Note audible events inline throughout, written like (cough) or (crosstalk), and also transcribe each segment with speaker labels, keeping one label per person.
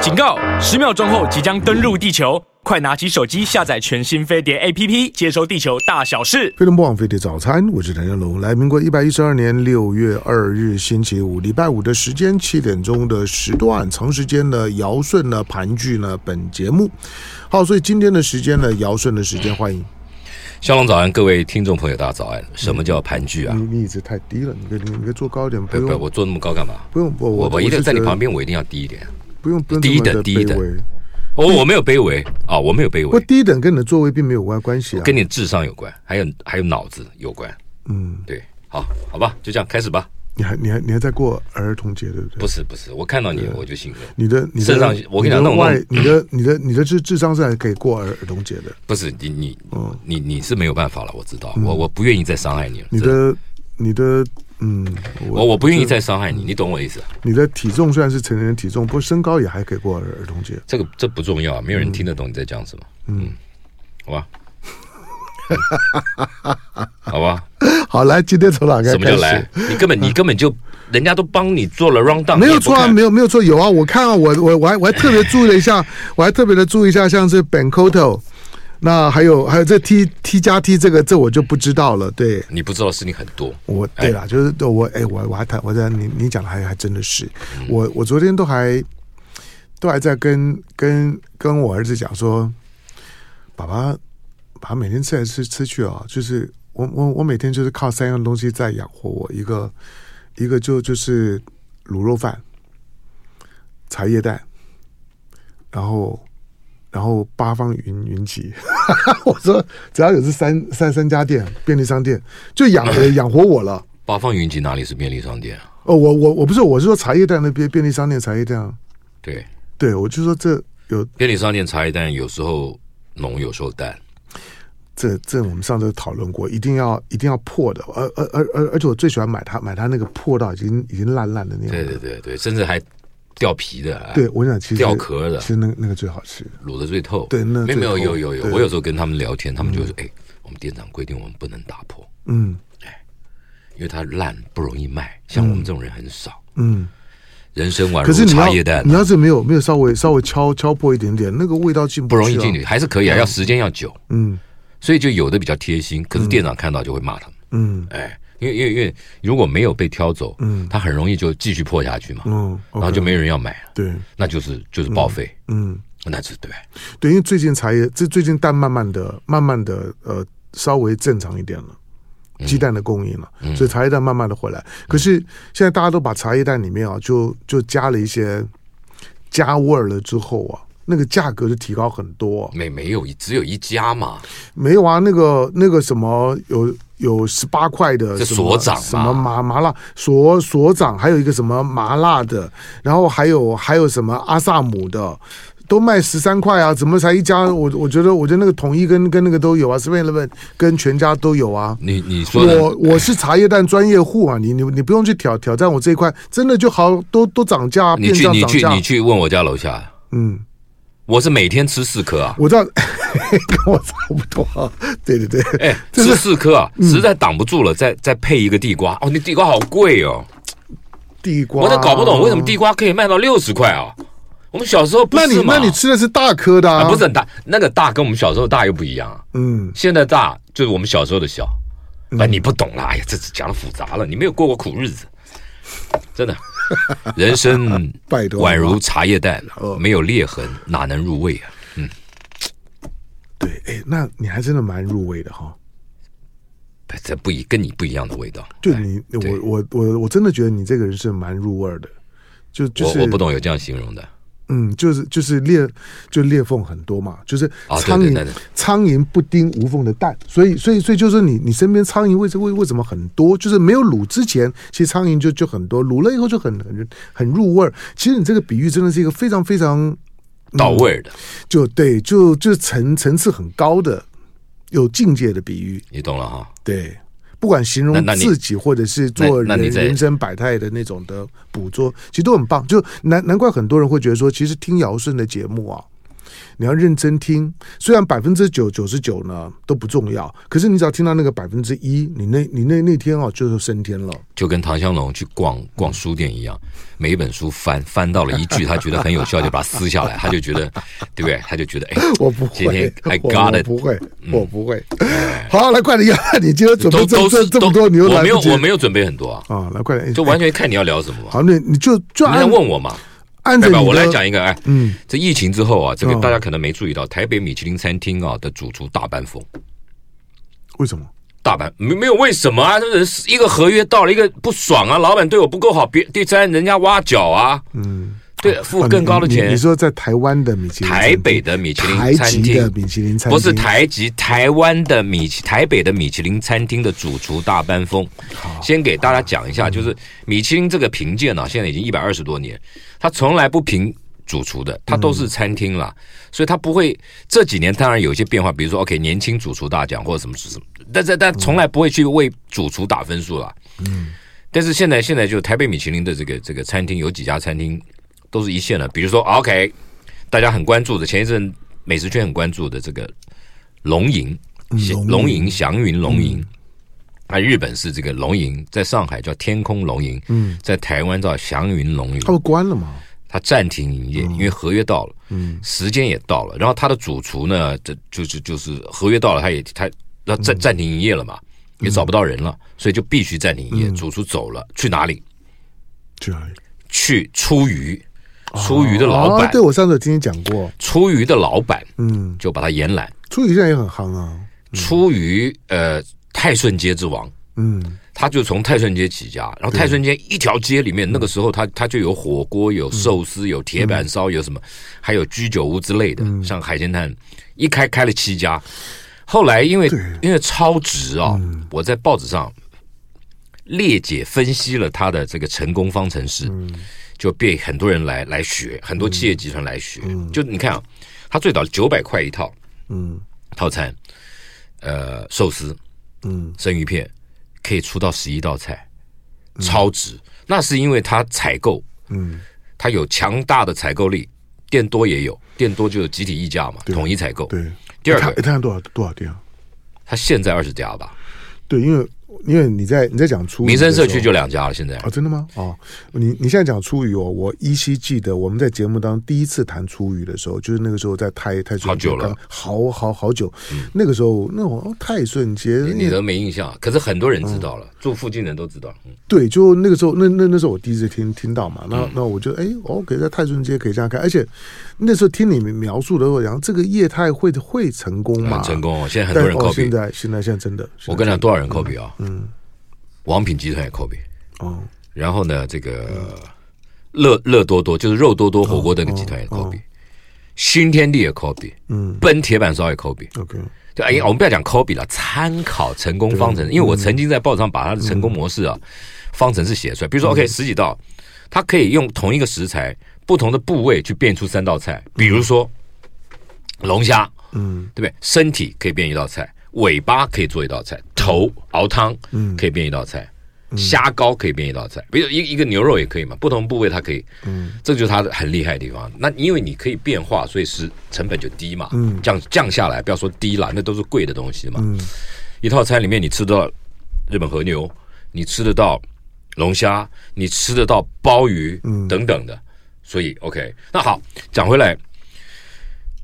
Speaker 1: 警告！十秒钟后即将登陆地球，快拿起手机下载全新飞碟 APP，接收地球大小事。
Speaker 2: 飞龙不枉飞的早餐，我是谭家龙。来，民国一百一十二年六月二日星期五，礼拜五的时间七点钟的时段，长时间呢尧舜呢盘踞呢本节目。好，所以今天的时间呢，尧舜的时间，欢迎
Speaker 3: 香龙早安，各位听众朋友，大家早安。
Speaker 2: 嗯
Speaker 3: 什么叫盘踞啊
Speaker 2: 你，？你椅子太低了，你可以你可以坐高一点，不
Speaker 3: 不不，
Speaker 2: 用
Speaker 3: 我坐那么高干嘛？
Speaker 2: 不用不
Speaker 3: 我我一定
Speaker 2: 是
Speaker 3: 在你
Speaker 2: 觉得
Speaker 3: 旁边，我一定要低一点。
Speaker 2: 不用不用
Speaker 3: 低一
Speaker 2: 这么
Speaker 3: 等
Speaker 2: 的
Speaker 3: 低一等
Speaker 2: 卑微
Speaker 3: 哦，我没有卑微啊，我没有卑
Speaker 2: 嗯不过
Speaker 3: 微，
Speaker 2: 低一等跟你的座位并没有关关系啊。
Speaker 3: 跟你的智商有关，还有还有脑子有关。
Speaker 2: 嗯，
Speaker 3: 对，好，好吧，就这样开始吧。
Speaker 2: 你还你还你还在过儿童节对不对？
Speaker 3: 不是不是，我看到你我就兴奋。
Speaker 2: 你的你的
Speaker 3: 肾上我跟你讲
Speaker 2: 的
Speaker 3: 那种
Speaker 2: 外你的你的你的智智商是还可以过儿儿童节的，
Speaker 3: 不是你你
Speaker 2: 嗯
Speaker 3: 你你是没有办法了，我知道，我我不愿意再伤害你了。
Speaker 2: 你
Speaker 3: 真的
Speaker 2: 的你的嗯，
Speaker 3: 我我不愿意再伤害你，你懂我意思？
Speaker 2: 你的体重虽然是成人的体重，不过身高也还可以过儿儿童节。
Speaker 3: 这个这不重要，没有人听得懂你在讲什么。嗯，好
Speaker 2: (laughs)
Speaker 3: 吧，好吧。
Speaker 2: (laughs) 好，来，今天从哪个
Speaker 3: 什么叫
Speaker 2: 开
Speaker 3: 来
Speaker 2: 始？？嗯
Speaker 3: 你根本你根本就人家都帮你做了 round down，
Speaker 2: 没有错啊，没
Speaker 3: 有。
Speaker 2: 有没有错，有啊，我看啊，我我我还我还特别注意了一下，我还特别的注意一下，像是 Bancoto，那还有还有这 T T 加 T 这个这我就不知道了，对。
Speaker 3: 你不知道的事情很多，
Speaker 2: 我对啦，就是我哎、我我还谈，我在你你讲的还还真的是，我我昨天都还都还在跟跟跟我儿子讲说，爸爸爸爸每天吃来吃吃去啊、就是我我我每天就是靠三样东西在养活我，一个一个就就是卤肉饭、茶叶蛋，然后然后八方云云集。我说只要有这三三三家店便利商店，就养呃养活我了。
Speaker 3: 八方云集哪里是便利商店啊？
Speaker 2: 哦，我我我不是，我是说茶叶蛋那边便利商店茶叶蛋啊，
Speaker 3: 对，
Speaker 2: 对我就说这有
Speaker 3: 便利商店茶叶蛋有时候浓，有时候淡。
Speaker 2: 这这我们上周讨论过，一定要一定要破的，而而而而而且我最喜欢买它买它那个破到已经已经烂烂的那种。
Speaker 3: 对对对对，甚至还掉皮的，哎
Speaker 2: 嗯对，我想其实
Speaker 3: 掉壳的
Speaker 2: 其实那个那个最好吃。
Speaker 3: 卤的最透。
Speaker 2: 对那
Speaker 3: 没有没有
Speaker 2: 最透
Speaker 3: 有有有
Speaker 2: 对，
Speaker 3: 我有时候跟他们聊天，他们就会说：“哎，我们店长规定我们不能打破，
Speaker 2: 嗯
Speaker 3: 因为它烂不容易卖，像我们这种人很少。
Speaker 2: 嗯，
Speaker 3: 人生宛
Speaker 2: 可是
Speaker 3: 如
Speaker 2: 你
Speaker 3: 茶叶
Speaker 2: 要嗯
Speaker 3: 蛋啊
Speaker 2: 你，要是没有没有稍微稍微敲敲破一点点，那个味道进
Speaker 3: 不容易
Speaker 2: 啊
Speaker 3: 进去，。还是可以啊，要时间要久，
Speaker 2: 嗯
Speaker 3: 所以就有的比较贴心，可是店长看到就会骂他们。”
Speaker 2: 嗯
Speaker 3: 哎，因为因为因为如果没有被挑走，
Speaker 2: 嗯
Speaker 3: 它很容易就继续破下去嘛，
Speaker 2: 嗯，
Speaker 3: 然后
Speaker 2: OK，
Speaker 3: 就没有人要买了，
Speaker 2: 对
Speaker 3: 那就是就是报废，
Speaker 2: 嗯。
Speaker 3: 那是对。
Speaker 2: 对，因为最近茶叶，这最近蛋慢慢的、慢慢的呃稍微正常一点了。鸡蛋的供应了，所以茶叶蛋慢慢的回来。可是现在大家都把茶叶蛋里面啊，就就加了一些加味儿了之后啊，那个价格就提高很多、啊
Speaker 3: 没没有只有一家嘛，
Speaker 2: 没有啊，那个那个什么有有十八块的
Speaker 3: 这
Speaker 2: 什么
Speaker 3: 所长嘛啊
Speaker 2: 什么麻麻辣所所长，还有一个什么麻辣的，然后还有还有什么阿萨姆的。都卖十三块啊，怎么才一家？我我觉得，我觉得那个统一跟跟那个都有啊，Seven Eleven 跟全家都有啊。
Speaker 3: 你你说的
Speaker 2: 我我是茶叶蛋专业户啊，你你你不用去挑挑战我这一块，真的就好都都涨价啊，
Speaker 3: 你
Speaker 2: 变
Speaker 3: 去
Speaker 2: 相
Speaker 3: 你
Speaker 2: 涨
Speaker 3: 去
Speaker 2: 价。
Speaker 3: 你去问我家楼下，哎
Speaker 2: 嗯，
Speaker 3: 我是每天吃四颗啊，
Speaker 2: 我知道， (laughs) 跟我差不多啊。对对对，
Speaker 3: 哎，吃四颗啊，
Speaker 2: 嗯
Speaker 3: 实在挡不住了，再再配一个地瓜，哦，那地瓜好贵哦，
Speaker 2: 地瓜啊
Speaker 3: 我都搞不懂为什么地瓜可以卖到六十块啊，我们小时候不
Speaker 2: 那
Speaker 3: 是
Speaker 2: 你
Speaker 3: 嘛
Speaker 2: 那你吃的是大颗的啊？
Speaker 3: 啊不是，很大，那个大跟我们小时候大又不一样啊。
Speaker 2: 嗯，
Speaker 3: 现在大就是我们小时候的小，那、你不懂啦，哎呀，这是讲的复杂了，你没有过过苦日子，真的， (laughs) 人生
Speaker 2: (laughs) 拜托
Speaker 3: 宛如茶叶蛋
Speaker 2: 哦，
Speaker 3: 没有裂痕哪能入味啊？
Speaker 2: 对，哎，那你还真的蛮入味的哈。
Speaker 3: 不这不一跟你不一样的味道，
Speaker 2: 就你
Speaker 3: 对
Speaker 2: 我我我我真的觉得你这个人是蛮入味儿的，就就是
Speaker 3: 我我不懂有这样形容的，
Speaker 2: 嗯，就是就是裂就裂缝很多嘛，就是
Speaker 3: 啊对
Speaker 2: 苍
Speaker 3: 对
Speaker 2: 蝇、
Speaker 3: 对对
Speaker 2: 苍蝇不叮无缝的蛋，所以所以所以就是你你身边苍蝇为什为为什么很多？就是没有卤之前，其实苍蝇就就很多，卤了以后就很很很入味儿。其实你这个比喻真的是一个非常非常嗯
Speaker 3: 到味儿的，
Speaker 2: 就对就就层层次很高的有境界的比喻。
Speaker 3: 你懂了哈？
Speaker 2: 对，不管形容
Speaker 3: 那那你
Speaker 2: 自己或者是做
Speaker 3: 那
Speaker 2: 人
Speaker 3: 那你在
Speaker 2: 人生百态的那种的捕捉，其实都很棒。就难难怪很多人会觉得说，其实听尧舜的节目啊，你要认真听。虽然百分之九九十九呢都不重要，可是你只要听到那个百分之一，你那你那那天哦就是升天了。
Speaker 3: 就跟唐湘龙去逛逛书店一样，每一本书翻翻到了一句，他觉得很有效，就把它撕下
Speaker 2: (laughs)
Speaker 3: 来，他就觉得，对不对？他就觉得，哎，
Speaker 2: 我不
Speaker 3: 今
Speaker 2: 会
Speaker 3: 天，I
Speaker 2: 我
Speaker 3: got
Speaker 2: 我
Speaker 3: it 嗯哎
Speaker 2: 不会，我不会。好，来快点，要你今天准备
Speaker 3: 都
Speaker 2: 这
Speaker 3: 都
Speaker 2: 这
Speaker 3: 是
Speaker 2: 这么
Speaker 3: 都
Speaker 2: 多，你又
Speaker 3: 我
Speaker 2: 来
Speaker 3: 没有
Speaker 2: 不及
Speaker 3: 我没有准备很多啊，
Speaker 2: 啊，来快点，
Speaker 3: 就完全看你要聊什么
Speaker 2: 哎
Speaker 3: 嘛。
Speaker 2: 好，那你就就
Speaker 3: 你来
Speaker 2: 按
Speaker 3: 问我嘛，
Speaker 2: 按着
Speaker 3: 对吧？
Speaker 2: 嗯你
Speaker 3: 我来
Speaker 2: 的
Speaker 3: 讲一个，哎，
Speaker 2: 嗯，
Speaker 3: 这疫情之后啊，这个
Speaker 2: 哦
Speaker 3: 大家可能没注意到，台北米其林餐厅啊的主厨大班风，
Speaker 2: 为什么？
Speaker 3: 大班没没有为什么啊？这人一个合约到了，一个不爽啊，老板对我不够好，别第三人家挖角啊，
Speaker 2: 嗯，
Speaker 3: 对，付更高的
Speaker 2: 哦你你
Speaker 3: 钱
Speaker 2: 你。说在台湾的米其林餐
Speaker 3: 台
Speaker 2: 厅，
Speaker 3: 北的米其
Speaker 2: 台
Speaker 3: 林餐
Speaker 2: 籍的
Speaker 3: 厅
Speaker 2: 米其林餐厅
Speaker 3: 不是台籍，台湾的米其台北的米其林餐厅的主厨大班风，先给大家讲一下，
Speaker 2: 嗯
Speaker 3: 就是米其林这个评鉴呢、啊现在已经一百二十多年，他从来不评主厨的，他都是餐厅
Speaker 2: 嗯
Speaker 3: 啦，所以他不会这几年当然有一些变化，比如说 OK 年轻主厨大奖或者什么什么，但是但从来不会去为主厨打分数啦。嗯，但是现在现在就台北米其林的这个这个餐厅有几家餐厅都是一线的，比如说 OK，大家很关注的前一阵。美食圈很关注的这个龙吟，
Speaker 2: 嗯龙
Speaker 3: 龙
Speaker 2: 吟嗯
Speaker 3: 吟祥云龙吟，啊，日本是这个龙吟，在上海叫天空龙吟，
Speaker 2: 嗯，
Speaker 3: 在台湾叫祥云龙吟
Speaker 2: 他，们关了嘛？
Speaker 3: 它暂停营业，因为合约到了，
Speaker 2: 嗯，
Speaker 3: 时间也到了，然后它的主厨呢，这就是就是合约到了，他也他那
Speaker 2: 嗯
Speaker 3: 暂暂停营业了嘛，也找不到人了，所以就必须暂停营业，
Speaker 2: 嗯
Speaker 3: 主厨走了，去哪里？
Speaker 2: 去哪里？
Speaker 3: 去出鱼，出鱼的老
Speaker 2: 哦
Speaker 3: 板
Speaker 2: 对，我上次有听你讲过，
Speaker 3: 出鱼的老板
Speaker 2: 嗯，
Speaker 3: 就把他延揽，
Speaker 2: 初雨现在也很夯啊，
Speaker 3: 出于呃泰顺街之王，
Speaker 2: 嗯
Speaker 3: 他就从泰顺街起家，然后泰顺街一条街里面，那个时候他他就有火锅、有寿司、有铁板烧、有什么，还有居酒屋之类的，像海鲜摊，一开开了七家。后来因为因为超值啊、我在报纸上列解分析了他的这个成功方程式，就被很多人来来学，很多企业集团来学。就你看啊，他最早九百块一套
Speaker 2: 嗯
Speaker 3: 套餐，呃，寿司，
Speaker 2: 嗯，
Speaker 3: 生鱼片可以出到十一道菜，超值。那是因为它采购，
Speaker 2: 嗯，
Speaker 3: 它有强大的采购力，店多也有，店多就有集体议价嘛，统一采购。
Speaker 2: 对。
Speaker 3: 第二
Speaker 2: 一趟一
Speaker 3: 个，
Speaker 2: 趟多少多少店啊？
Speaker 3: 它现在二十家吧，
Speaker 2: 对，因为因为你在你在讲初雨
Speaker 3: 民
Speaker 2: 的时候，
Speaker 3: 生社区就两家了，现在
Speaker 2: 啊，真的吗？哦，你你现在讲初鱼哦，我依稀记得我们在节目当中第一次谈初鱼的时候，就是那个时候在泰泰顺
Speaker 3: 好久
Speaker 2: 街刚
Speaker 3: 了，嗯
Speaker 2: 好好好久，那个时候那我哦泰顺街，
Speaker 3: 你都没印象，啊可是很多人知道了，住附近人都知道。嗯
Speaker 2: 对，就那个时候，那那那时候我第一次听听到嘛，那那我就哎，哦，可以在泰顺街可以这样开，而且那时候听你们描述的时候，然后这个业态会会成功吗？
Speaker 3: 很成，功哦，现在很
Speaker 2: 但
Speaker 3: 多人
Speaker 2: 哦，现
Speaker 3: copy。
Speaker 2: 在现在现在真的，
Speaker 3: 我跟你讲，多少人 copy 啊？嗯，王品集团也 copy，
Speaker 2: 哦，
Speaker 3: 然后呢，这个
Speaker 2: 嗯
Speaker 3: 乐乐多多就是肉多多
Speaker 2: 哦
Speaker 3: 火锅的那个集团也 copy，新天地也 copy，
Speaker 2: 嗯
Speaker 3: 奔铁板烧也 copy。
Speaker 2: ，OK，
Speaker 3: 对，哎呀，我们不要讲 copy 了，参考成功方程，因为我曾经在报纸上把它的成功模式啊、方程式写出来，比如说 OK 十几道，它可以用同一个食材不同的部位去变出三道菜，比如说龙虾，
Speaker 2: 嗯
Speaker 3: 对不对？身体可以变一道菜，尾巴可以做一道菜，头熬汤
Speaker 2: 嗯
Speaker 3: 可以变一道菜，虾膏可以变一道菜，比如一一个牛肉也可以嘛，不同部位它可以，
Speaker 2: 嗯
Speaker 3: 这就是它的很厉害的地方。那因为你可以变化，所以是成本就低嘛，
Speaker 2: 嗯
Speaker 3: 降降下来，不要说低了，那都是贵的东西嘛。
Speaker 2: 嗯
Speaker 3: 一套餐里面你吃得到日本和牛，你吃得到龙虾，你吃得到鲍鱼
Speaker 2: 嗯
Speaker 3: 等等的，所以 OK。那好，讲回来，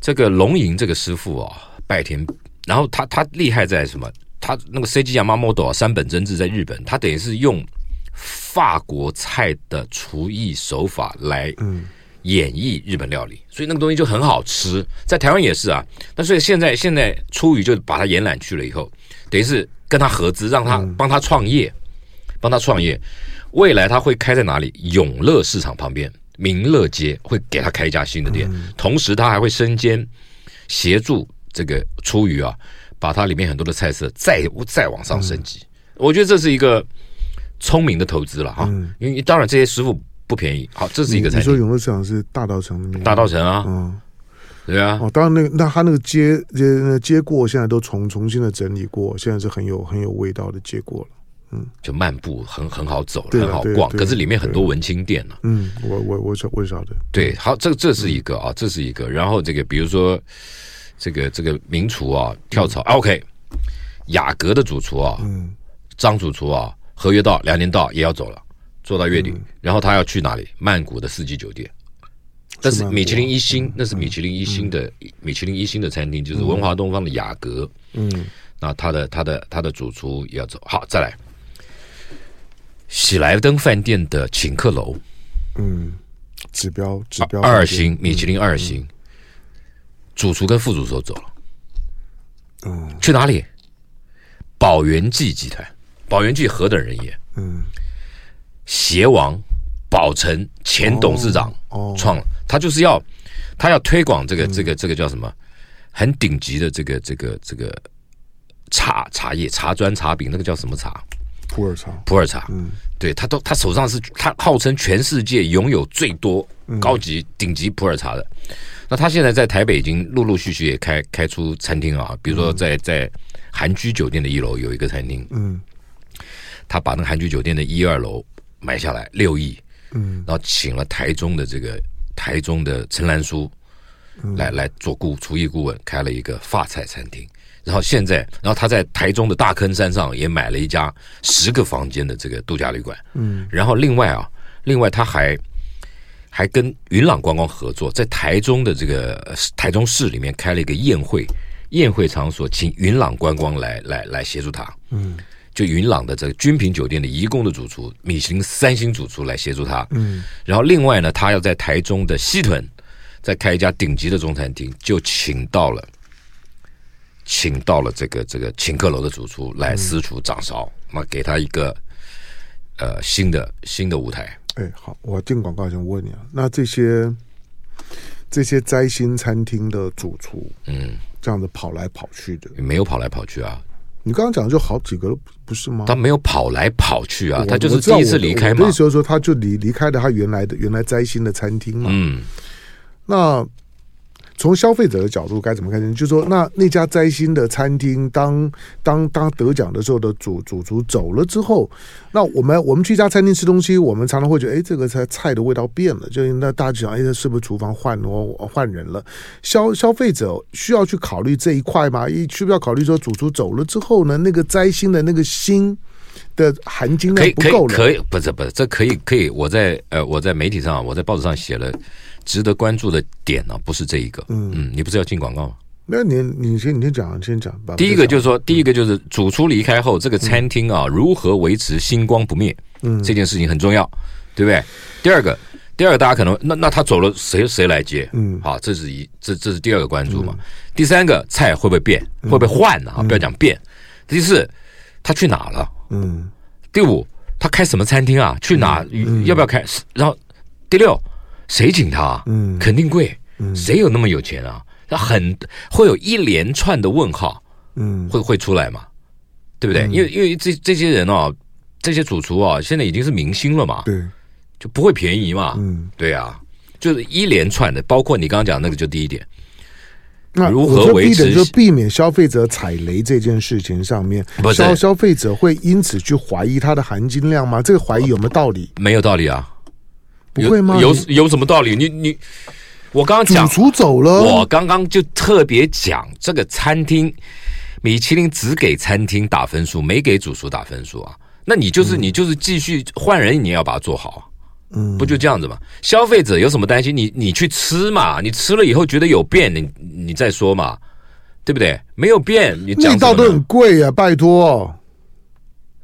Speaker 3: 这个龙吟这个师傅啊、拜田，然后他他厉害在什么？他那个 CG 亚 model 啊，山本真治在日本，他等于是用法国菜的厨艺手法来
Speaker 2: 嗯
Speaker 3: 演绎日本料理，所以那个东西就很好吃，在台湾也是啊。那所以现在现在初宇就把他延揽去了以后，等于是跟他合资，让他帮他创业，
Speaker 2: 嗯
Speaker 3: 帮他创业。未来他会开在哪里？永乐市场旁边，民乐街会给他开一家新的店，
Speaker 2: 嗯
Speaker 3: 同时他还会身兼协助这个初宇啊，把它里面很多的菜色再再往上升
Speaker 2: 嗯
Speaker 3: 级。我觉得这是一个聪明的投资了哈，因为当然这些师傅不便宜。好，这是一个
Speaker 2: 嗯你
Speaker 3: 餐
Speaker 2: 你说
Speaker 3: 厅。
Speaker 2: 永乐市场是大道城那边，
Speaker 3: 大道城啊，
Speaker 2: 嗯。
Speaker 3: 对啊，
Speaker 2: 哦，当然那个那他那个街街那街过现在都重重新的整理过，现在是很有很有味道的街过了。
Speaker 3: 嗯，就漫步很很好走，
Speaker 2: 对啊
Speaker 3: 很好
Speaker 2: 对啊
Speaker 3: 逛，
Speaker 2: 对啊
Speaker 3: 可是里面很多文青店啊呢、
Speaker 2: 嗯，我我我晓我晓得，
Speaker 3: 对，好，这这是一个啊，这是一个。然后这个，比如说这个这个名厨啊，跳槽、啊 OK，雅阁的主厨啊，
Speaker 2: 嗯，
Speaker 3: 张主厨啊，合约到两年到也要走了，做到月底，
Speaker 2: 嗯
Speaker 3: 然后他要去哪里？曼谷的四季酒店。但是
Speaker 2: 曼谷啊
Speaker 3: 米其林一星，那是米其林一星的、米其林一星的餐厅，就是文华东方的雅阁。
Speaker 2: 嗯，
Speaker 3: 那他的他的他的主厨也要走。好，再来，喜来登饭店的请客楼，
Speaker 2: 嗯，指标指标
Speaker 3: 二星米其林二星，主厨跟副主厨都走了，
Speaker 2: 嗯
Speaker 3: 去哪里？宝元记集团，宝元记何等人也？
Speaker 2: 嗯
Speaker 3: 鞋王宝成前董事长
Speaker 2: 哦嗯
Speaker 3: 创了，他就是要他要推广这个这个这个叫什么？很顶级的这个这个这个茶茶叶茶砖茶饼，那个叫什么茶？
Speaker 2: 普洱茶，
Speaker 3: 普洱茶。
Speaker 2: 嗯
Speaker 3: 对他都他手上是他号称全世界拥有最多
Speaker 2: 嗯
Speaker 3: 高级顶级普洱茶的。那他现在在台北已经陆陆续续也开开出餐厅了啊，比如说在在韩居酒店的一楼有一个餐厅，
Speaker 2: 嗯
Speaker 3: 他把那个韩居酒店的一二楼买下来六亿，
Speaker 2: 嗯
Speaker 3: 然后请了台中的这个台中的陈兰书
Speaker 2: 嗯
Speaker 3: 来来做顾厨艺顾问，开了一个法菜餐厅。然后现在，然后他在台中的大坑山上也买了一家十个房间的这个度假旅馆。
Speaker 2: 嗯，
Speaker 3: 然后另外啊，另外他还还跟云朗观光合作，在台中的这个呃台中市里面开了一个宴会宴会场所，请云朗观光来来来协助他。
Speaker 2: 嗯
Speaker 3: 就云朗的这个君品酒店的一共的主厨，米其林三星主厨来协助他。
Speaker 2: 嗯，
Speaker 3: 然后另外呢，他要在台中的西屯再开一家顶级的中餐厅，就请到了，请到了这个这个请客楼的主厨来私厨掌勺，那、给他一个呃新的新的舞台。
Speaker 2: 哎，好，我进广告前问你啊，那这些这些摘星餐厅的主厨
Speaker 3: 嗯，
Speaker 2: 这样子跑来跑去的，
Speaker 3: 没有跑来跑去啊，
Speaker 2: 你刚刚讲的就好几个了，不不是吗？
Speaker 3: 他没有跑来跑去啊
Speaker 2: 我，
Speaker 3: 他就是
Speaker 2: 我知道
Speaker 3: 第一次
Speaker 2: 我
Speaker 3: 离开
Speaker 2: 我
Speaker 3: 嘛
Speaker 2: 那。时候说，他就离离开了他原来的原来摘星的餐厅嘛。
Speaker 3: 嗯，
Speaker 2: 那从消费者的角度该怎么看呢？就是说，那那家摘星的餐厅当当当得奖的时候的主主厨走了之后，那我们我们去一家餐厅吃东西，我们常常会觉得，哎，这个菜菜的味道变了，就是那大家就想，哎，这是不是厨房换我换人了？消消费者需要去考虑这一块吗？一需不需要考虑说主厨走了之后呢，那个摘星的那个星的含金
Speaker 3: 可
Speaker 2: 量
Speaker 3: 以
Speaker 2: 不
Speaker 3: 可
Speaker 2: 够
Speaker 3: 以
Speaker 2: 了？
Speaker 3: 可以，不是不是，这可以可以，我在呃我在媒体上，我在报纸上写了值得关注的点呢、不是这一个。嗯你不是要进广告吗？
Speaker 2: 那你你先你先讲，你先讲吧。
Speaker 3: 第一
Speaker 2: 你
Speaker 3: 个
Speaker 2: 先
Speaker 3: 就是说，第一个就是主厨离开后，这个
Speaker 2: 嗯
Speaker 3: 餐厅啊如何维持星光不灭，嗯，这件事情很重要，对不对？第二个，第二个大家可能那那他走了，谁谁来接？
Speaker 2: 嗯
Speaker 3: 好，这是一这这是第二个关注嘛。第三个菜会不会变？会不会换
Speaker 2: 嗯
Speaker 3: 呢？啊，不要讲变。第四，他去哪了？
Speaker 2: 讲嗯
Speaker 3: 第五，他开什么餐厅啊？去哪？要不要开？然后第六，谁请他啊？
Speaker 2: 嗯
Speaker 3: 肯定贵。谁有那么有钱啊？他很会有一连串的问号。
Speaker 2: 嗯
Speaker 3: 会会出来嘛，对不对？因为因为这这些人哦，这些主厨啊，现在已经是明星了嘛，
Speaker 2: 对
Speaker 3: 就不会便宜嘛，
Speaker 2: 嗯。
Speaker 3: 对啊，就是一连串的，包括你刚刚讲那个，就第一点，
Speaker 2: 那
Speaker 3: 如
Speaker 2: 我
Speaker 3: 何
Speaker 2: 说
Speaker 3: 维
Speaker 2: 第一点
Speaker 3: 持
Speaker 2: 就避免消费者踩雷这件事情上面
Speaker 3: 不，是
Speaker 2: 消消费者会因此去怀疑它的含金量吗？这个怀疑有没有道理？
Speaker 3: 没有道理啊，
Speaker 2: 不会吗？
Speaker 3: 有
Speaker 2: 你
Speaker 3: 有有什么道理？你你，我刚刚
Speaker 2: 主
Speaker 3: 讲，
Speaker 2: 厨走了，
Speaker 3: 我刚刚就特别讲这个餐厅，米其林只给餐厅打分数，没给主厨打分数啊。那你就是、你就是继续换人，你也要把它做好啊。
Speaker 2: 嗯
Speaker 3: 不就这样子嘛？消费者有什么担心？你你去吃嘛，你吃了以后觉得有变，你你再说嘛，对不对？没有变，你讲
Speaker 2: 那
Speaker 3: 什
Speaker 2: 一
Speaker 3: 么
Speaker 2: 道
Speaker 3: 呢
Speaker 2: 都很贵啊，拜托。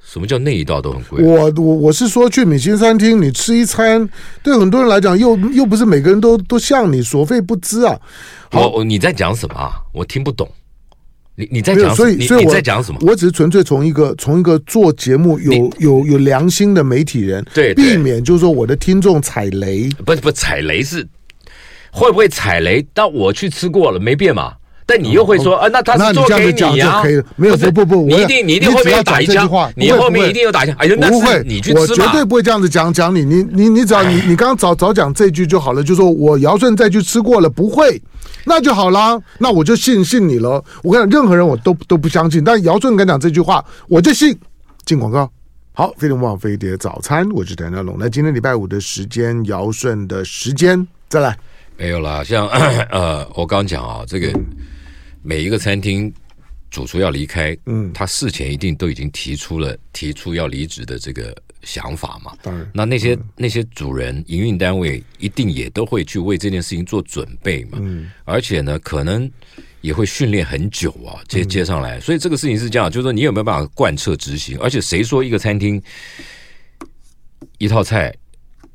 Speaker 3: 什么叫那一道都很贵？
Speaker 2: 我我我是说，去米其林餐厅你吃一餐，对很多人来讲，又又不是每个人都都像你所费不知啊。
Speaker 3: 我我你在讲什么啊？我听不懂。你你在
Speaker 2: 没
Speaker 3: 讲
Speaker 2: 有，
Speaker 3: 什
Speaker 2: 所
Speaker 3: 么？
Speaker 2: 以
Speaker 3: 你
Speaker 2: 所以
Speaker 3: 你
Speaker 2: 我
Speaker 3: 在讲什么？
Speaker 2: 我只是纯粹从一个从一个做节目有
Speaker 3: 你
Speaker 2: 有有良心的媒体人，
Speaker 3: 对对
Speaker 2: 避免就是说我的听众踩雷。
Speaker 3: 不不踩雷是会不会踩雷？但我去吃过了，没变嘛。但你又会说，啊，那他
Speaker 2: 哦那
Speaker 3: 是
Speaker 2: 你
Speaker 3: 做
Speaker 2: 这样
Speaker 3: 给
Speaker 2: 子讲
Speaker 3: 呀、
Speaker 2: 就可以了没有
Speaker 3: 是
Speaker 2: 不不不我
Speaker 3: 你一定你一定
Speaker 2: 你
Speaker 3: 后
Speaker 2: 只
Speaker 3: 面
Speaker 2: 要
Speaker 3: 有打
Speaker 2: 讲
Speaker 3: 一
Speaker 2: 这句
Speaker 3: 枪
Speaker 2: 话，
Speaker 3: 你
Speaker 2: 不会
Speaker 3: 后
Speaker 2: 不
Speaker 3: 面
Speaker 2: 会
Speaker 3: 一定有打一枪。哎呦，那
Speaker 2: 不
Speaker 3: 是
Speaker 2: 会，
Speaker 3: 你去
Speaker 2: 我
Speaker 3: 吃哎
Speaker 2: 绝
Speaker 3: 嘛。
Speaker 2: 对不会这样子讲讲你，你你你只要你你刚刚早早讲这句就好了，就说我尧舜再去吃过了，不会，那就好啦，那我就信信你了。我跟你讲，任何人我都都不相信，但尧舜敢讲这句话，我就信。进广告，好，飞碟网飞碟早餐，我是谭家龙。那今天礼拜五的时间，尧舜的时间，再来，
Speaker 3: 没有啦，像 (clears throat) 呃，我刚讲啊，这个每一个餐厅主厨要离开，
Speaker 2: 嗯
Speaker 3: 他事前一定都已经提出了提出要离职的这个想法嘛。
Speaker 2: 当然，嗯
Speaker 3: 那那些那些主人、营运单位一定也都会去为这件事情做准备嘛，
Speaker 2: 嗯
Speaker 3: 而且呢，可能也会训练很久啊，接
Speaker 2: 嗯
Speaker 3: 接上来。所以这个事情是这样，就是说你有没有办法贯彻执行？而且谁说一个餐厅一套菜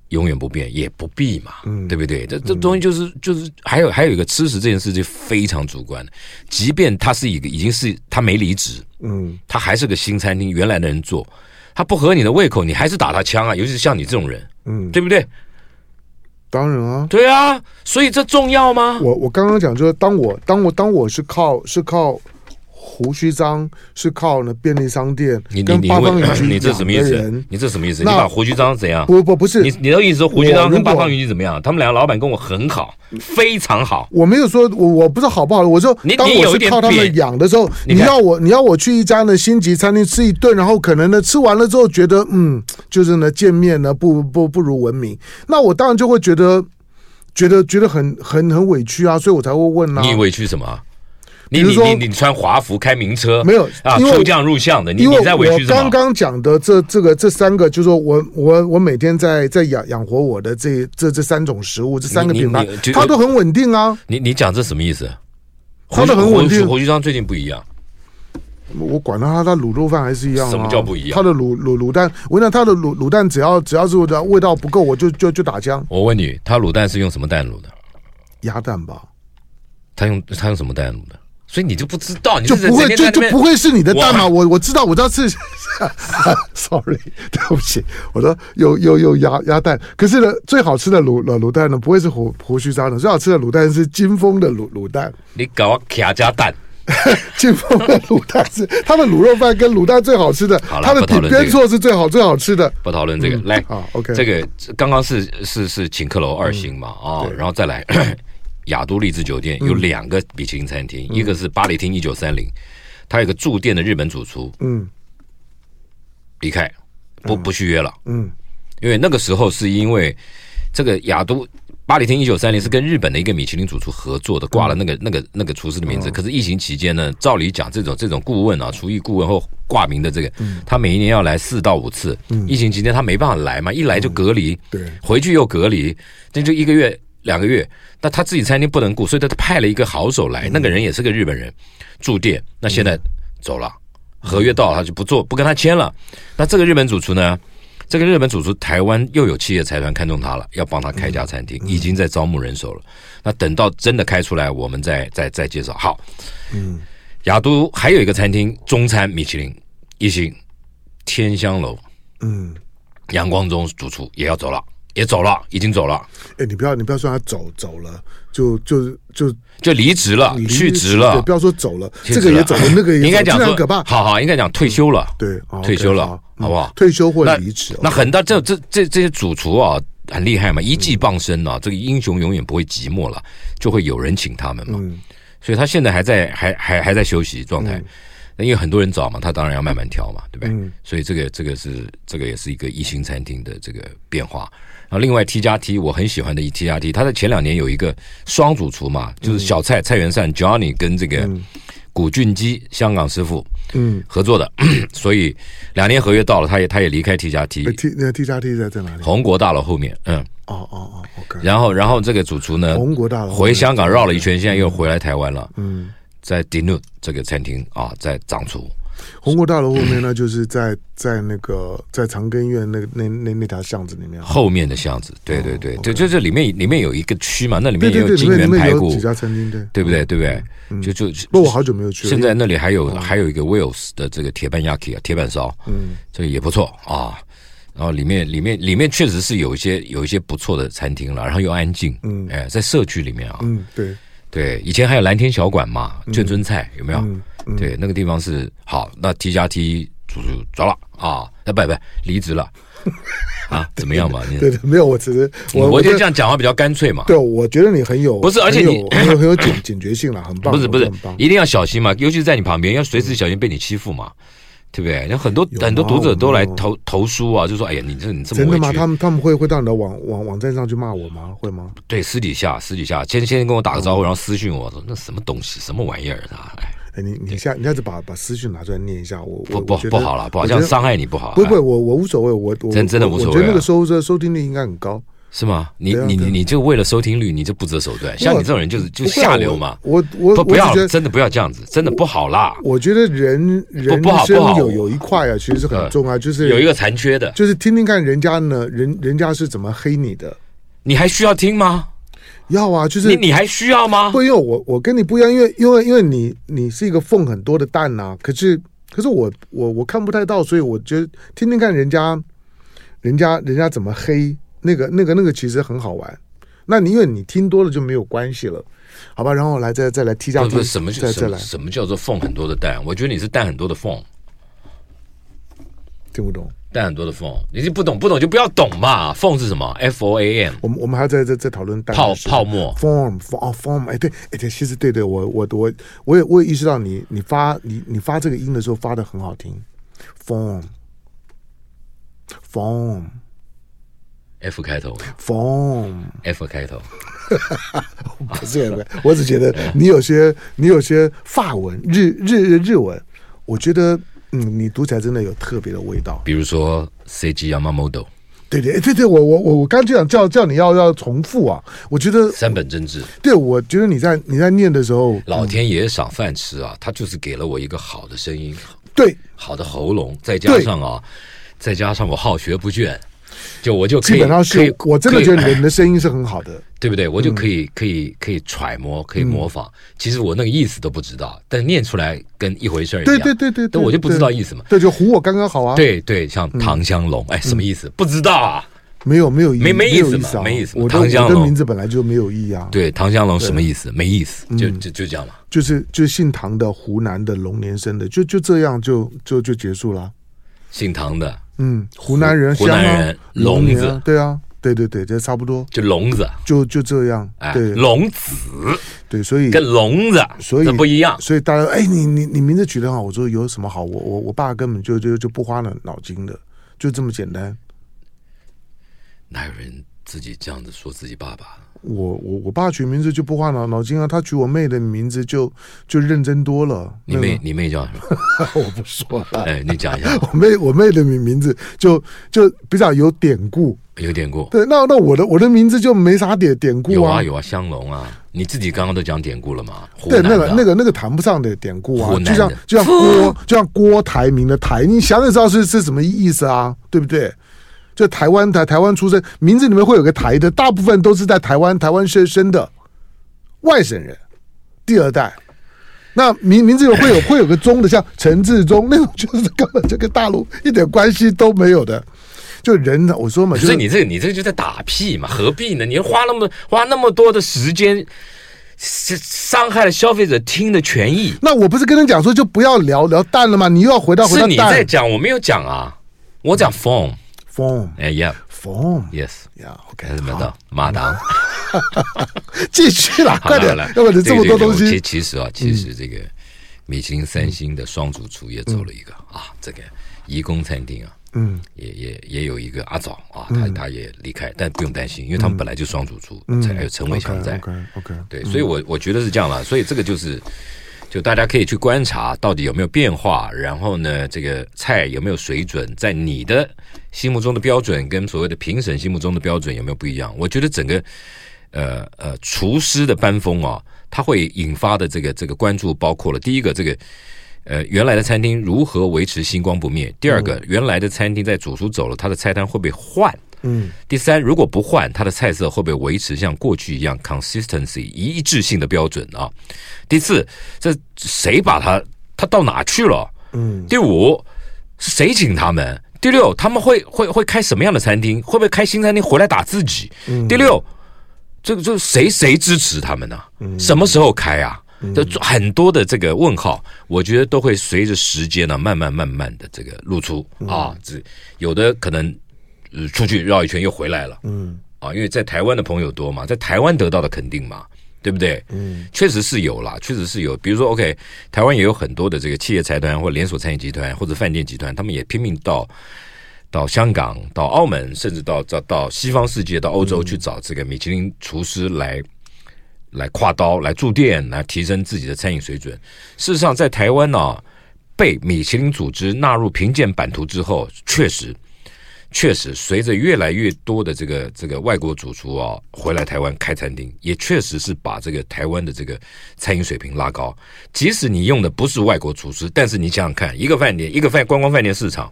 Speaker 3: 永远不变？也不必嘛，
Speaker 2: 嗯
Speaker 3: 对不对？这这东西就是就是还有还有一个吃食这件事情非常主观的，即便他是一个已经是他没离职，
Speaker 2: 嗯，
Speaker 3: 他还是个新餐厅，原来的人做，他不合你的胃口，你还是打他枪啊！尤其是像你这种人，
Speaker 2: 嗯
Speaker 3: 对不对？
Speaker 2: 当然啊。
Speaker 3: 对啊，所以这重要吗？
Speaker 2: 我我刚刚讲就是，当我当我当我是靠是靠胡须章，是靠呢便利商店
Speaker 3: 你你
Speaker 2: 跟
Speaker 3: 你
Speaker 2: 八方云
Speaker 3: 问
Speaker 2: 集
Speaker 3: 你这什么意
Speaker 2: 养的人
Speaker 3: 思？你这什么意思？你
Speaker 2: 那
Speaker 3: 把胡须章怎样？
Speaker 2: 不不不是
Speaker 3: 你，你的意思说胡须
Speaker 2: 我
Speaker 3: 章
Speaker 2: 如
Speaker 3: 跟八
Speaker 2: 果嗯
Speaker 3: 方云集怎么样？他们两个老板跟我很好，非常好。
Speaker 2: 我没有说我我不知道好不好，我说
Speaker 3: 你
Speaker 2: 当
Speaker 3: 你
Speaker 2: 我
Speaker 3: 有一
Speaker 2: 是
Speaker 3: 点
Speaker 2: 靠他们
Speaker 3: 扁
Speaker 2: 养的时候，
Speaker 3: 你
Speaker 2: 你
Speaker 3: 看
Speaker 2: 要我你要我去一家呢星级餐厅吃一顿，然后可能呢吃完了之后觉得嗯，就是呢见面呢不不不如文明，那我当然就会觉得觉得觉得很很很委屈啊，所以我才会问啊。
Speaker 3: 你委屈什么？你
Speaker 2: 比如
Speaker 3: 你
Speaker 2: 说
Speaker 3: 你你穿华服开名车，
Speaker 2: 没有
Speaker 3: 啊？
Speaker 2: 因为
Speaker 3: 出将入相的，你
Speaker 2: 因为
Speaker 3: 你在委
Speaker 2: 我
Speaker 3: 屈什
Speaker 2: 刚
Speaker 3: 么？
Speaker 2: 刚讲的这这个这三个，就是说我我我每天在在养养活我的这这这三种食物，这三个
Speaker 3: 你你
Speaker 2: 品牌
Speaker 3: 你就，
Speaker 2: 它都很稳定啊。
Speaker 3: 你你讲这什么意思？
Speaker 2: 他
Speaker 3: 胡
Speaker 2: 们
Speaker 3: 须
Speaker 2: 很稳
Speaker 3: 胡
Speaker 2: 定
Speaker 3: 须胡须章最近不一样，
Speaker 2: 我管它，它卤肉饭还是一样、啊。
Speaker 3: 什么叫不一样
Speaker 2: 它的卤卤卤蛋，我跟你讲它的卤卤蛋只要只要是味道不够，我就就就打枪，
Speaker 3: 我问你，他卤蛋是用什么蛋卤的？
Speaker 2: 鸭蛋吧，
Speaker 3: 他用他用什么蛋卤的？所以你就不知道，你
Speaker 2: 就
Speaker 3: 整
Speaker 2: 不会
Speaker 3: 天
Speaker 2: 就
Speaker 3: 在
Speaker 2: 就
Speaker 3: 那边
Speaker 2: 不会是你的蛋嘛。
Speaker 3: 哇
Speaker 2: 我我知道，我知道是 (laughs) ，sorry，对 (laughs) 不起，我说又又又鸭鸭蛋，可是呢，最好吃的卤卤卤蛋呢，不会是胡胡须章的，最好吃的卤蛋是金峰的卤卤蛋。 (laughs)
Speaker 3: 你搞卡加蛋。
Speaker 2: 金峰的卤蛋是他们卤肉饭跟卤蛋最好吃的，
Speaker 3: 好了
Speaker 2: 他的
Speaker 3: 不讨
Speaker 2: 饼
Speaker 3: 论
Speaker 2: 边
Speaker 3: 这个
Speaker 2: 错是最好最好吃的。
Speaker 3: 不讨论这个，来，
Speaker 2: 嗯好，OK 嗯
Speaker 3: 这个这刚刚是是是请客楼二星嘛啊、然后再来雅都丽致酒店有两个米其林餐厅，
Speaker 2: 嗯
Speaker 3: 一个是巴黎厅一九三零，它有个驻店的日本主厨
Speaker 2: 嗯
Speaker 3: 离开，不不续约了，
Speaker 2: 嗯
Speaker 3: 因为那个时候是因为这个雅都。巴黎厅一九三零是跟日本的一个米其林主厨合作的，挂了那个那个那个厨师的名字。可是疫情期间呢，照理讲，这种这种顾问啊，厨艺顾问或挂名的这个，他每一年要来四到五次。疫情期间他没办法来嘛，一来就隔离，
Speaker 2: 对
Speaker 3: 回去又隔离，那就一个月两个月。那他自己餐厅不能顾，所以他派了一个好手来，那个人也是个日本人，驻店。那现在走了，合约到了他就不做，不跟他签了。那这个日本主厨呢？这个日本主厨，台湾又有企业财团看中他了，要帮他开一家餐厅，已经在招募人手了。那等到真的开出来，我们再再再介绍。好，
Speaker 2: 嗯，
Speaker 3: 雅都还有一个餐厅，中餐米其林一星，天香楼
Speaker 2: 嗯，
Speaker 3: 杨光中主厨也要走了，也走了，已经走了。
Speaker 2: 哎，你不要你不要说他走走了，就就就
Speaker 3: 就离职了，
Speaker 2: 你
Speaker 3: 啊去职
Speaker 2: 对
Speaker 3: 了
Speaker 2: 不，要说走了，
Speaker 3: 去
Speaker 2: 这个
Speaker 3: 职
Speaker 2: 也
Speaker 3: 了
Speaker 2: 走了，那个也走了
Speaker 3: 应该讲
Speaker 2: 这
Speaker 3: 说
Speaker 2: 很可怕。
Speaker 3: 好好，应该讲退休了，
Speaker 2: 对，哦
Speaker 3: 退休了
Speaker 2: OK，
Speaker 3: 好不好
Speaker 2: 嗯退休或离职，
Speaker 3: 那
Speaker 2: OK
Speaker 3: 很大这这这这些主厨啊，很厉害嘛，一技傍身啊，这个英雄永远不会寂寞了，就会有人请他们嘛。
Speaker 2: 嗯
Speaker 3: 所以他现在还在还还还在休息状态，那因为很多人找嘛，他当然要慢慢挑嘛，对不对？
Speaker 2: 嗯
Speaker 3: 所以这个这个是这个也是一个一星餐厅的这个变化。然后另外 T 加 T 我很喜欢的 T 加 T，他在前两年有一个双主厨嘛，就是小蔡蔡元善 Johnny 跟这个古俊基香港师傅
Speaker 2: 嗯，
Speaker 3: 合作的，所以两年合约到了，他也他也离开 T 加 T
Speaker 2: 哎。T 那 T 加 T 在在哪里？哦
Speaker 3: 红国大楼后面，嗯，
Speaker 2: 哦哦，OK，
Speaker 3: 然后然后这个主厨呢
Speaker 2: 红国大楼
Speaker 3: 回香港绕了一圈，现在又回来台湾了，
Speaker 2: 嗯，
Speaker 3: 在 Dinu 这个餐厅啊，在掌厨。
Speaker 2: 红国大楼后面呢，就是在在那个在长庚医院那个那那那条巷子里面。
Speaker 3: 后面的巷子，对对对，
Speaker 2: 哦 OK
Speaker 3: 就就这里面里面有一个区嘛，那里
Speaker 2: 对
Speaker 3: 面
Speaker 2: 对
Speaker 3: 也
Speaker 2: 对，
Speaker 3: 有
Speaker 2: 里
Speaker 3: 金
Speaker 2: 面
Speaker 3: 源
Speaker 2: 里面
Speaker 3: 排
Speaker 2: 有
Speaker 3: 骨
Speaker 2: 几，家餐厅，对。
Speaker 3: 对不对？对不对？
Speaker 2: 嗯
Speaker 3: 就就
Speaker 2: 不，我好久没有去了。
Speaker 3: 现在那里还有
Speaker 2: 哦
Speaker 3: 还有一个 Wales 的这个铁板 yaki 啊，铁板烧，
Speaker 2: 嗯
Speaker 3: 这个也不错啊。然后里面里面里面确实是有一些有一些不错的餐厅了，然后又安静，
Speaker 2: 嗯
Speaker 3: 哎，在社区里面啊，
Speaker 2: 嗯，对，
Speaker 3: 对，以前还有蓝天小馆嘛，眷村菜有没有？
Speaker 2: 嗯嗯
Speaker 3: 对，那个地方是好，那 T 加 T 主主抓了啊，那不不离
Speaker 2: (laughs)
Speaker 3: 职了啊，怎么样嘛？你
Speaker 2: 对对，没有，我只是我
Speaker 3: 我觉
Speaker 2: 觉
Speaker 3: 得
Speaker 2: 得
Speaker 3: 这样讲话比较干脆嘛。
Speaker 2: 对，我觉得你很有，
Speaker 3: 不是而且
Speaker 2: 很
Speaker 3: 你
Speaker 2: 有很有很
Speaker 3: (laughs)
Speaker 2: 有警警觉性了，很棒，
Speaker 3: 不是
Speaker 2: 我
Speaker 3: 不
Speaker 2: 觉
Speaker 3: 是
Speaker 2: 得很，棒。
Speaker 3: 一定要小心嘛，尤其是在你旁边，要随时小心被你欺负嘛。对不对？那很多
Speaker 2: 有啊
Speaker 3: 很多读者都来
Speaker 2: 吗
Speaker 3: 投投书啊，就说：“哎呀，你这你这么
Speaker 2: 真
Speaker 3: 委
Speaker 2: 的吗？
Speaker 3: 屈。
Speaker 2: 他们他们会会到你的网网网站上去骂我吗？会吗？
Speaker 3: 对，私底下私底下先先跟我打个
Speaker 2: 哦
Speaker 3: 招呼，然后私信我说：“那什么东西，什么玩意儿啊？”哎，
Speaker 2: 哎，你你下你下次把把私讯拿出来念一下，我
Speaker 3: 不
Speaker 2: 我
Speaker 3: 不
Speaker 2: 我觉
Speaker 3: 不
Speaker 2: 得
Speaker 3: 好了，不好，
Speaker 2: 我
Speaker 3: 这
Speaker 2: 觉
Speaker 3: 样
Speaker 2: 得
Speaker 3: 伤害你不好。
Speaker 2: 不不，
Speaker 3: 哎
Speaker 2: 我我无所谓，我我
Speaker 3: 真真的无所谓啊
Speaker 2: 我觉得那个收这收听率应该很高，
Speaker 3: 是吗？你
Speaker 2: 对啊
Speaker 3: 你
Speaker 2: 对
Speaker 3: 你
Speaker 2: 啊
Speaker 3: 你就为了收听率，你就不择手段。像你这种人就是就
Speaker 2: 不会啊
Speaker 3: 下流嘛。
Speaker 2: 我我
Speaker 3: 不
Speaker 2: 我
Speaker 3: 不
Speaker 2: 我
Speaker 3: 要
Speaker 2: 只觉得
Speaker 3: 真的不要这样子，真的不好啦。
Speaker 2: 我觉得人人
Speaker 3: 不好不好
Speaker 2: 生有有一块啊，其实是很重要，就是
Speaker 3: 有一个残缺的，
Speaker 2: 就是听听看人家呢，人人家是怎么黑你的。
Speaker 3: 你还需要听吗？
Speaker 2: 要啊，就是
Speaker 3: 你你还需要吗？
Speaker 2: 不，因为我我跟你不一样，因为因为因为你你是一个缝很多的蛋呐、可是可是我我我看不太到，所以我觉得听听看人家人家人家怎么黑那个那个那个其实很好玩。那你因为你听多了就没有关系了，好吧？然后来再再来踢下
Speaker 3: 不
Speaker 2: 去，
Speaker 3: 不，什么
Speaker 2: 再
Speaker 3: 什
Speaker 2: 再
Speaker 3: 么
Speaker 2: 来，
Speaker 3: 什么叫做缝很多的蛋？我觉得你是蛋很多的缝，
Speaker 2: 听不懂。
Speaker 3: 蛋很多的缝，你就不懂不懂就不要懂嘛。缝是什么？F O A M
Speaker 2: 我们我们还要再再再讨论蛋的
Speaker 3: 泡
Speaker 2: 事情
Speaker 3: 泡沫。
Speaker 2: form form 哦 form，哎对哎对，其实对对，我我我我也我也意识到你你发你你发这个音的时候发的很好听，form form
Speaker 3: F 开头
Speaker 2: form，
Speaker 3: ，F 开头，
Speaker 2: 不是
Speaker 3: (laughs)
Speaker 2: 不是，我只觉得你有些你有些法文日日日文，我觉得嗯你读起来真的有特别的味道。
Speaker 3: 比如说 C G Yamamoto
Speaker 2: 对对哎对对，我我我我刚就想叫叫你要要重复啊，我觉得
Speaker 3: 三本真治，
Speaker 2: 对我觉得你在你在念的时候，
Speaker 3: 老天爷赏饭吃啊，他就是给了我一个好的声音，
Speaker 2: 对
Speaker 3: 好的喉咙，再加上啊，再加上我好学不倦，就我就可以
Speaker 2: 基本上
Speaker 3: 可以
Speaker 2: 是我真的觉得
Speaker 3: 可以哎
Speaker 2: 你的你的声音是很好
Speaker 3: (laughs)
Speaker 2: 的。
Speaker 3: 对不对？我就
Speaker 2: 嗯
Speaker 3: 可以、可以可以揣摩，可以模仿。其实我那个意思都不知道，但念出来跟一回事儿一样。
Speaker 2: 对对对对，
Speaker 3: 但
Speaker 2: 对
Speaker 3: 我就不知道意思嘛。
Speaker 2: 对，就唬我刚刚好啊。，嗯
Speaker 3: 对对，像唐香龙，哎，什么意思？不知道啊。
Speaker 2: 没有没有意
Speaker 3: 没没
Speaker 2: 没
Speaker 3: 意思
Speaker 2: 有
Speaker 3: 嘛
Speaker 2: 思啊，
Speaker 3: 没意思嘛
Speaker 2: 我的
Speaker 3: 唐香
Speaker 2: 我的
Speaker 3: 龙
Speaker 2: 名字本来就没有意义啊。，
Speaker 3: 对，唐香龙什么意思？没意
Speaker 2: 嗯
Speaker 3: 思，就就就这样嘛。
Speaker 2: 就是就是姓唐的、湖南的、龙年生的，就就这样就就就结束了啊。
Speaker 3: 姓唐的
Speaker 2: 嗯，湖南人，
Speaker 3: 湖南
Speaker 2: 香啊
Speaker 3: 人
Speaker 2: 龙年啊
Speaker 3: 聋子
Speaker 2: 对啊，对对对，这差不多，
Speaker 3: 就聋子，
Speaker 2: 就就这样。
Speaker 3: 哎，
Speaker 2: 对
Speaker 3: 聋子
Speaker 2: 对，所以
Speaker 3: 跟聋子，
Speaker 2: 所以
Speaker 3: 这不一样。
Speaker 2: 所以大家哎，你你你名字取得好，我说有什么好？我我我爸根本就就就不花脑脑筋的，就这么简单。
Speaker 3: 哪有人自己这样子说自己爸爸？
Speaker 2: 我我我爸取名字就不花脑脑筋啊，他取我妹的名字就就认真多了。
Speaker 3: 你妹，你妹叫什
Speaker 2: (laughs)
Speaker 3: 么？
Speaker 2: 那个 (laughs) 我不说了。
Speaker 3: 哎，你讲一下，
Speaker 2: (laughs) 我妹我妹的名名字就就比较有典故，
Speaker 3: 有
Speaker 2: (laughs)
Speaker 3: 典故。
Speaker 2: 对，那那我的我的名字就没啥典典故
Speaker 3: 有
Speaker 2: 啊，
Speaker 3: 啊有啊，香龙啊，你自己刚刚都讲典故了嘛？湖
Speaker 2: 对，
Speaker 3: 南
Speaker 2: 那
Speaker 3: 的
Speaker 2: 个
Speaker 3: 啊
Speaker 2: 那个那个谈不上的典故
Speaker 3: 湖
Speaker 2: 啊，
Speaker 3: 南的
Speaker 2: 就像就像郭就像郭台铭的台，你想想知道是是什么意思啊，对不对？就台湾台台湾出生，名字里面会有个台的，大部分都是在台湾台湾生生的外省人，第二代。那名名字有会有会有个中的，像陈志忠那种，就是根本就跟大陆一点关系都没有的。就人呢，我说嘛，就
Speaker 3: 哦所以
Speaker 2: 是
Speaker 3: 你这个你这个就在打屁嘛，何必呢？你花那么花那么多的时间，是伤害了消费者听的权益，
Speaker 2: 那我不是跟你讲说就不要聊聊蛋了吗？你又要回到回
Speaker 3: 是
Speaker 2: 到
Speaker 3: 你在
Speaker 2: 蛋
Speaker 3: 讲，我没有讲啊，我讲 phone，
Speaker 2: form
Speaker 3: 哎呀
Speaker 2: form
Speaker 3: ，yes，
Speaker 2: yeah，OK，
Speaker 3: 看什么
Speaker 2: 好
Speaker 3: 的马达，
Speaker 2: 继续啦，嗯
Speaker 3: 好
Speaker 2: 快
Speaker 3: 了好
Speaker 2: 点
Speaker 3: 了，，
Speaker 2: 要不然你这么多东
Speaker 3: 个这个
Speaker 2: 西嗯
Speaker 3: 其，其实啊，其实这个米其林三星的双主厨也走了一个啊，这个怡工餐厅啊，
Speaker 2: 嗯
Speaker 3: 也也也有一个阿枣啊，他他也离开，但不用担心，因为他们本来就双主厨，才还有陈伟强在。
Speaker 2: 嗯，OK OK，
Speaker 3: 对，所以我我觉得是这样了，所以这个就是，就大家可以去观察到底有没有变化，然后呢，这个菜有没有水准，在你的心目中的标准跟所谓的评审心目中的标准有没有不一样？我觉得整个呃呃厨师的班风啊，它会引发的这个这个关注，包括了第一个这个。呃，原来的餐厅如何维持星光不灭？第二个，原来的餐厅在主厨走了，他的菜单会不会换？
Speaker 2: 嗯
Speaker 3: 第三，如果不换，它的菜色会不会维持像过去一样 consistency 一致性的标准啊？第四，这谁把它它到哪去了？
Speaker 2: 嗯
Speaker 3: 第五，是谁请他们？第六，他们会会会开什么样的餐厅？会不会开新餐厅回来打自己？第六，这个这个谁谁支持他们呢、什么时候开啊？这很多的这个问号，我觉得都会随着时间呢、慢慢慢慢的这个露出啊。这有的可能、呃出去绕一圈又回来了，
Speaker 2: 嗯
Speaker 3: 啊，因为在台湾的朋友多嘛，在台湾得到的肯定嘛，对不对？嗯，确实是有啦，确实是有。比如说，OK，台湾也有很多的这个企业财团或连锁餐饮集团或者饭店集团，他们也拼命到到香港、到澳门，甚至到到到西方世界、到欧洲去找这个米其林厨师来来跨刀、来驻店、来提升自己的餐饮水准。事实上，在台湾呢、被米其林组织纳入评鉴版图之后，确实。确实，随着越来越多的这个这个外国主厨啊回来台湾开餐厅，也确实是把这个台湾的这个餐饮水平拉高。即使你用的不是外国厨师，但是你想想看，一个饭店，一个饭观光饭店市场，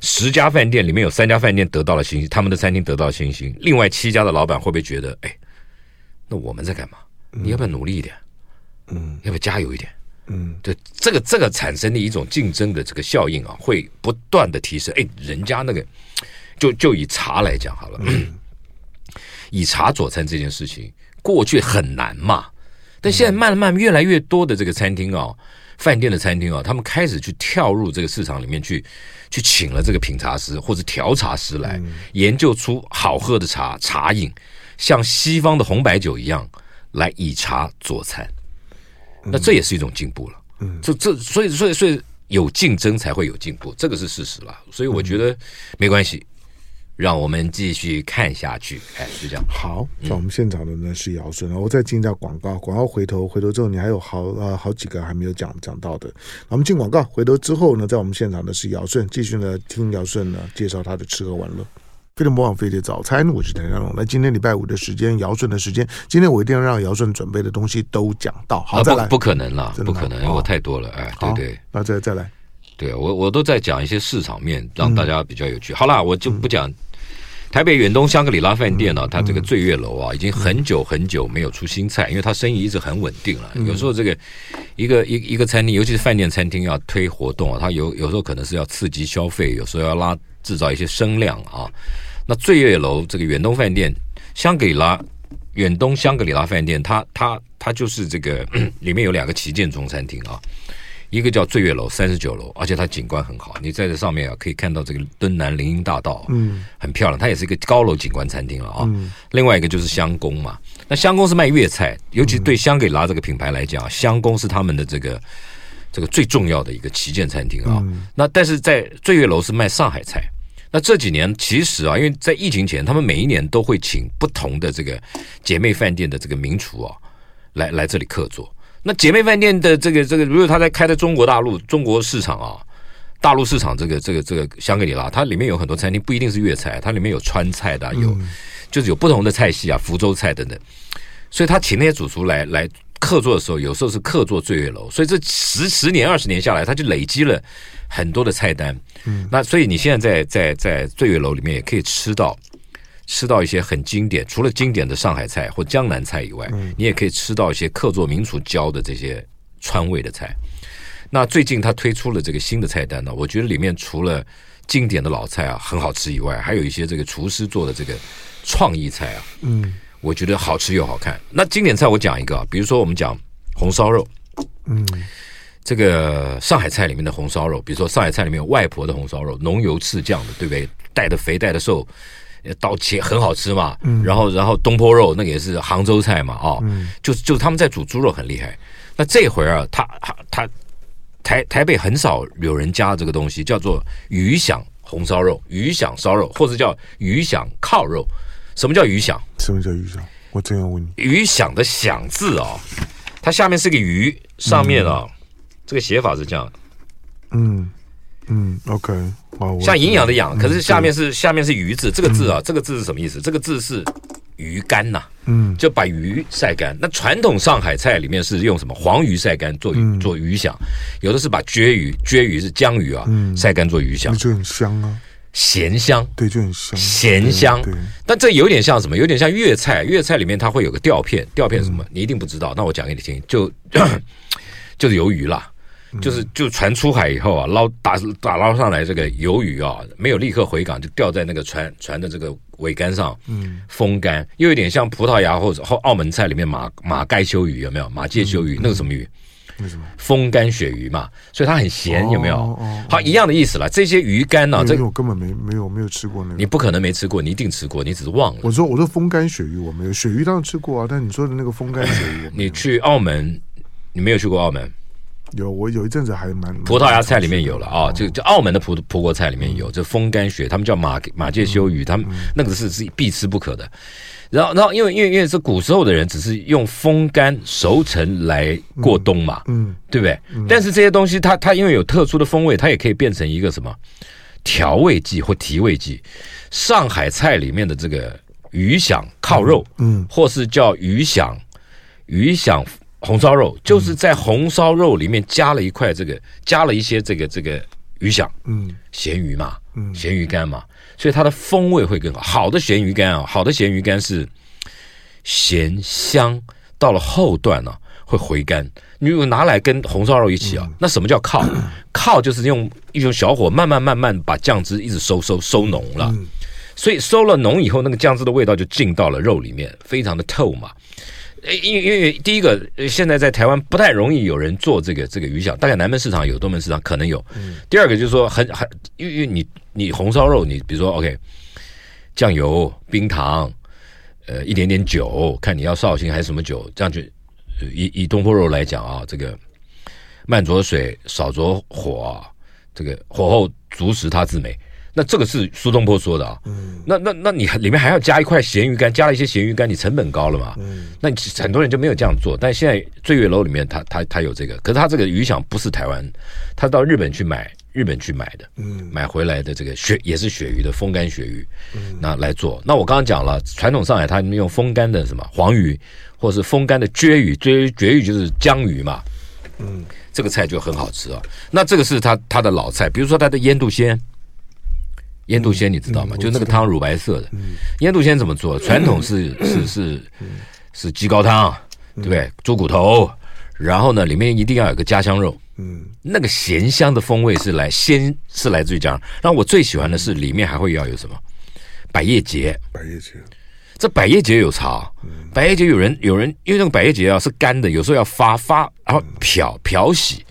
Speaker 3: 十家饭店里面有三家饭店得到了星星，他们的餐厅得到了星星，另外七家的老板会不会觉得，哎，那我们在干嘛？你要不要努力一点？嗯，要不要加油一点？对这个这个产生的一种竞争的这个效应啊，会不断的提升。哎，人家那个，就就以茶来讲好了，以茶佐餐这件事情，过去很难嘛，但现在慢慢越来越多的这个餐厅啊，饭店的餐厅啊，他们开始去跳入这个市场里面去，去请了这个品茶师或者调茶师来研究出好喝的茶茶饮，像西方的红白酒一样来以茶佐餐。那这也是一种进步了。嗯，这这所以所以所以有竞争才会有进步，这个是事实啦。所以我觉得没关系，让我们继续看下去。哎，就这样。
Speaker 2: 好，在我们现场的呢是尧舜，然后再进一下广告，广告回头回头之后，你还有好呃好几个还没有讲讲到的，那我们进广告，回头之后呢，在我们现场的是尧舜，继续呢听尧舜呢介绍他的吃喝玩乐。飞碟模仿飞碟早餐，我是谭家龙。那今天礼拜五的时间，尧舜的时间，今天我一定要让尧舜准备的东西都讲到。好，
Speaker 3: 啊
Speaker 2: 再来，
Speaker 3: 不不可能啦，
Speaker 2: 真的
Speaker 3: 不
Speaker 2: 吗
Speaker 3: 可能，
Speaker 2: 哦
Speaker 3: 我太多了。哎，对
Speaker 2: 好
Speaker 3: 对，
Speaker 2: 那再再来，
Speaker 3: 对，我我都在讲一些市场面，让大家比较有趣。好啦，我就不讲。台北远东香格里拉饭店呢、它这个醉月楼啊，已经很久很久没有出新菜，因为它生意一直很稳定了。有时候这个一个一一个餐厅，尤其是饭店餐厅要推活动啊，它有有时候可能是要刺激消费，有时候要拉制造一些声量啊。那醉月楼这个远东饭店，香格里拉远东香格里拉饭店，它它它就是这个 (coughs) 里面有两个旗舰中餐厅啊，一个叫醉月楼三十九楼，而且它景观很好，你在这上面啊可以看到这个敦南林荫大道，嗯，很漂亮，它也是一个高楼景观餐厅了啊。另外一个就是香宫嘛，那香宫是卖粤菜，尤其对香格里拉这个品牌来讲，啊香宫是他们的这个。这个最重要的一个旗舰餐厅啊，那但是在醉月楼是卖上海菜，那这几年其实啊，因为在疫情前，他们每一年都会请不同的这个姐妹饭店的这个名厨啊，来来这里客座。那姐妹饭店的这个这个，如果他在开在中国大陆中国市场啊，大陆市场这个这个这个香格里拉，它里面有很多餐厅，不一定是粤菜，它里面有川菜的啊，有就是有不同的菜系啊，福州菜等等。所以他请那些主厨来来客座的时候，有时候是客座醉月楼，所以这十十年二十年下来，他就累积了很多的菜单。嗯，那所以你现在在在在醉月楼里面也可以吃到吃到一些很经典，除了经典的上海菜或江南菜以外，你也可以吃到一些客座名厨教的这些川味的菜。那最近他推出了这个新的菜单呢，我觉得里面除了经典的老菜啊很好吃以外，还有一些这个厨师做的这个创意菜啊，嗯，我觉得好吃又好看。那经典菜我讲一个啊，比如说我们讲红烧肉，这个上海菜里面的红烧肉，比如说上海菜里面有外婆的红烧肉，浓油赤酱的，对不对？带的肥带的瘦，呃刀切很好吃嘛。然后然后东坡肉那个也是杭州菜嘛，啊、就是就是他们在煮猪肉很厉害。那这回啊，他他他台台北很少有人加这个东西，叫做鱼响红烧肉、鱼响烧肉，或者叫鱼响靠肉。什么叫鱼响？
Speaker 2: 什么叫预兆？我正要问你，
Speaker 3: 鱼响的响字啊、它下面是个鱼，上面啊、这个写法是这样。
Speaker 2: 嗯嗯，OK，哇，我
Speaker 3: 像营养的养，可是下面是下面是鱼字，这个字啊，这个字是什么意思？这个字是鱼干呐、
Speaker 2: 嗯
Speaker 3: 就把鱼晒干。那传统上海菜里面是用什么黄鱼晒干做
Speaker 2: 嗯
Speaker 3: 鱼做鱼响，有的是把鳜鱼，鳜鱼是江鱼啊，
Speaker 2: 嗯
Speaker 3: 晒干做鱼响
Speaker 2: 那，就很香啊，
Speaker 3: 咸香。
Speaker 2: 对，就很香，
Speaker 3: 咸香
Speaker 2: 嗯对，对
Speaker 3: 但这有点像什么？有点像粤菜，粤菜里面它会有个吊片，吊片是什
Speaker 2: 嗯
Speaker 3: 么？你一定不知道。那我讲给你听，就 (coughs) 就是鱿鱼啦，
Speaker 2: 嗯
Speaker 3: 就是就船出海以后啊，捞打打捞上来这个鱿鱼啊，没有立刻回港，就吊在那个船船的这个桅杆上，嗯，风干，
Speaker 2: 嗯
Speaker 3: 又有点像葡萄牙或者或澳门菜里面马马盖修鱼有没有？马介修鱼那个什么鱼？
Speaker 2: 为什么？
Speaker 3: 风干鳕鱼嘛，所以它很咸，有没有
Speaker 2: 哦哦？嗯
Speaker 3: 好，一样的意思了。这些鱼干呢，
Speaker 2: 因为
Speaker 3: 这
Speaker 2: 因为我根本没没有没有吃过那
Speaker 3: 你
Speaker 2: 个。
Speaker 3: 不可能没吃过，你一定吃过，你只是忘了。
Speaker 2: 我说我说风干鳕鱼我没有，鳕鱼当然吃过啊，但你说的那个风干鳕鱼我没
Speaker 3: 你
Speaker 2: 有，
Speaker 3: 去澳门，你没有去过澳门？
Speaker 2: 有我有一阵子还蛮
Speaker 3: 葡萄牙菜里面有了
Speaker 2: 嗯
Speaker 3: 啊，这这澳门的葡葡国菜里面有，这风干鳕，他们叫马马介休鱼，他们
Speaker 2: 嗯
Speaker 3: 那个是是必吃不可的。然后，然后因为因为因为是古时候的人只是用风干熟成来过冬嘛，
Speaker 2: 嗯
Speaker 3: 对不对？但是这些东西它它因为有特殊的风味，它也可以变成一个什么调味剂或提味剂。上海菜里面的这个鱼响靠肉，
Speaker 2: 嗯
Speaker 3: 或是叫鱼响鱼响红烧肉，
Speaker 2: 嗯
Speaker 3: 就是在红烧肉里面加了一块这个，加了一些这个这个鱼响
Speaker 2: 嗯
Speaker 3: 咸鱼嘛，
Speaker 2: 嗯
Speaker 3: 咸鱼干嘛，所以它的风味会更好。好的咸鱼干啊，好的咸鱼干是咸香，到了后段呢、会回甘。你如果拿来跟红烧肉一起啊，那什么叫靠？靠就是用一种小火慢慢慢慢把酱汁一直收收收浓了，所以收了浓以后，那个酱汁的味道就进到了肉里面，非常的透嘛。呃因为因为第一个，呃现在在台湾不太容易有人做这个这个鱼饺，大概南门市场有，东门市场可能有。第二个就是说很很，因为因为你你红烧肉，你比如说 OK，酱油、冰糖，呃，一点点酒，看你要绍兴还是什么酒，这样就呃以以东坡肉来讲啊，这个慢着水，少着火，这个火候足时它自美。那这个是苏东坡说的啊，那那那你还里面还要加一块咸鱼干，加了一些咸鱼干，你成本高了嘛？那你很多人就没有这样做。但现在醉月楼里面它，它它有这个，可是它这个鱼响不是台湾，它到日本去买，日本去买的，
Speaker 2: 嗯
Speaker 3: 买回来的这个鳕也是鳕鱼的风干鳕鱼，
Speaker 2: 嗯
Speaker 3: 那来做。那我刚刚讲了，传统上海他们用风干的什么黄鱼，或是风干的鳜鱼，鳜鳜鱼就是江鱼嘛，嗯，这个菜就很好吃啊。那这个是它它的老菜，比如说它的腌肚鲜。腌肚鲜你知道吗？
Speaker 2: 嗯
Speaker 3: 就是那
Speaker 2: 我
Speaker 3: 个
Speaker 2: 知道嗯
Speaker 3: 汤乳白色的。腌肚鲜怎么做？传统
Speaker 2: (clears throat)
Speaker 3: 是是是是鸡高汤，
Speaker 2: 嗯
Speaker 3: 对不对？猪骨头，然后呢，里面一定要有个家乡肉。
Speaker 2: 嗯
Speaker 3: 那个咸香的风味是来先是来自于这样，然后我最喜欢的是里面还会要有什么百叶结，
Speaker 2: 百叶结，
Speaker 3: 这百叶结有茶，百叶结有人有人因为那个百叶结啊是干的，有时候要发发，然后漂漂洗，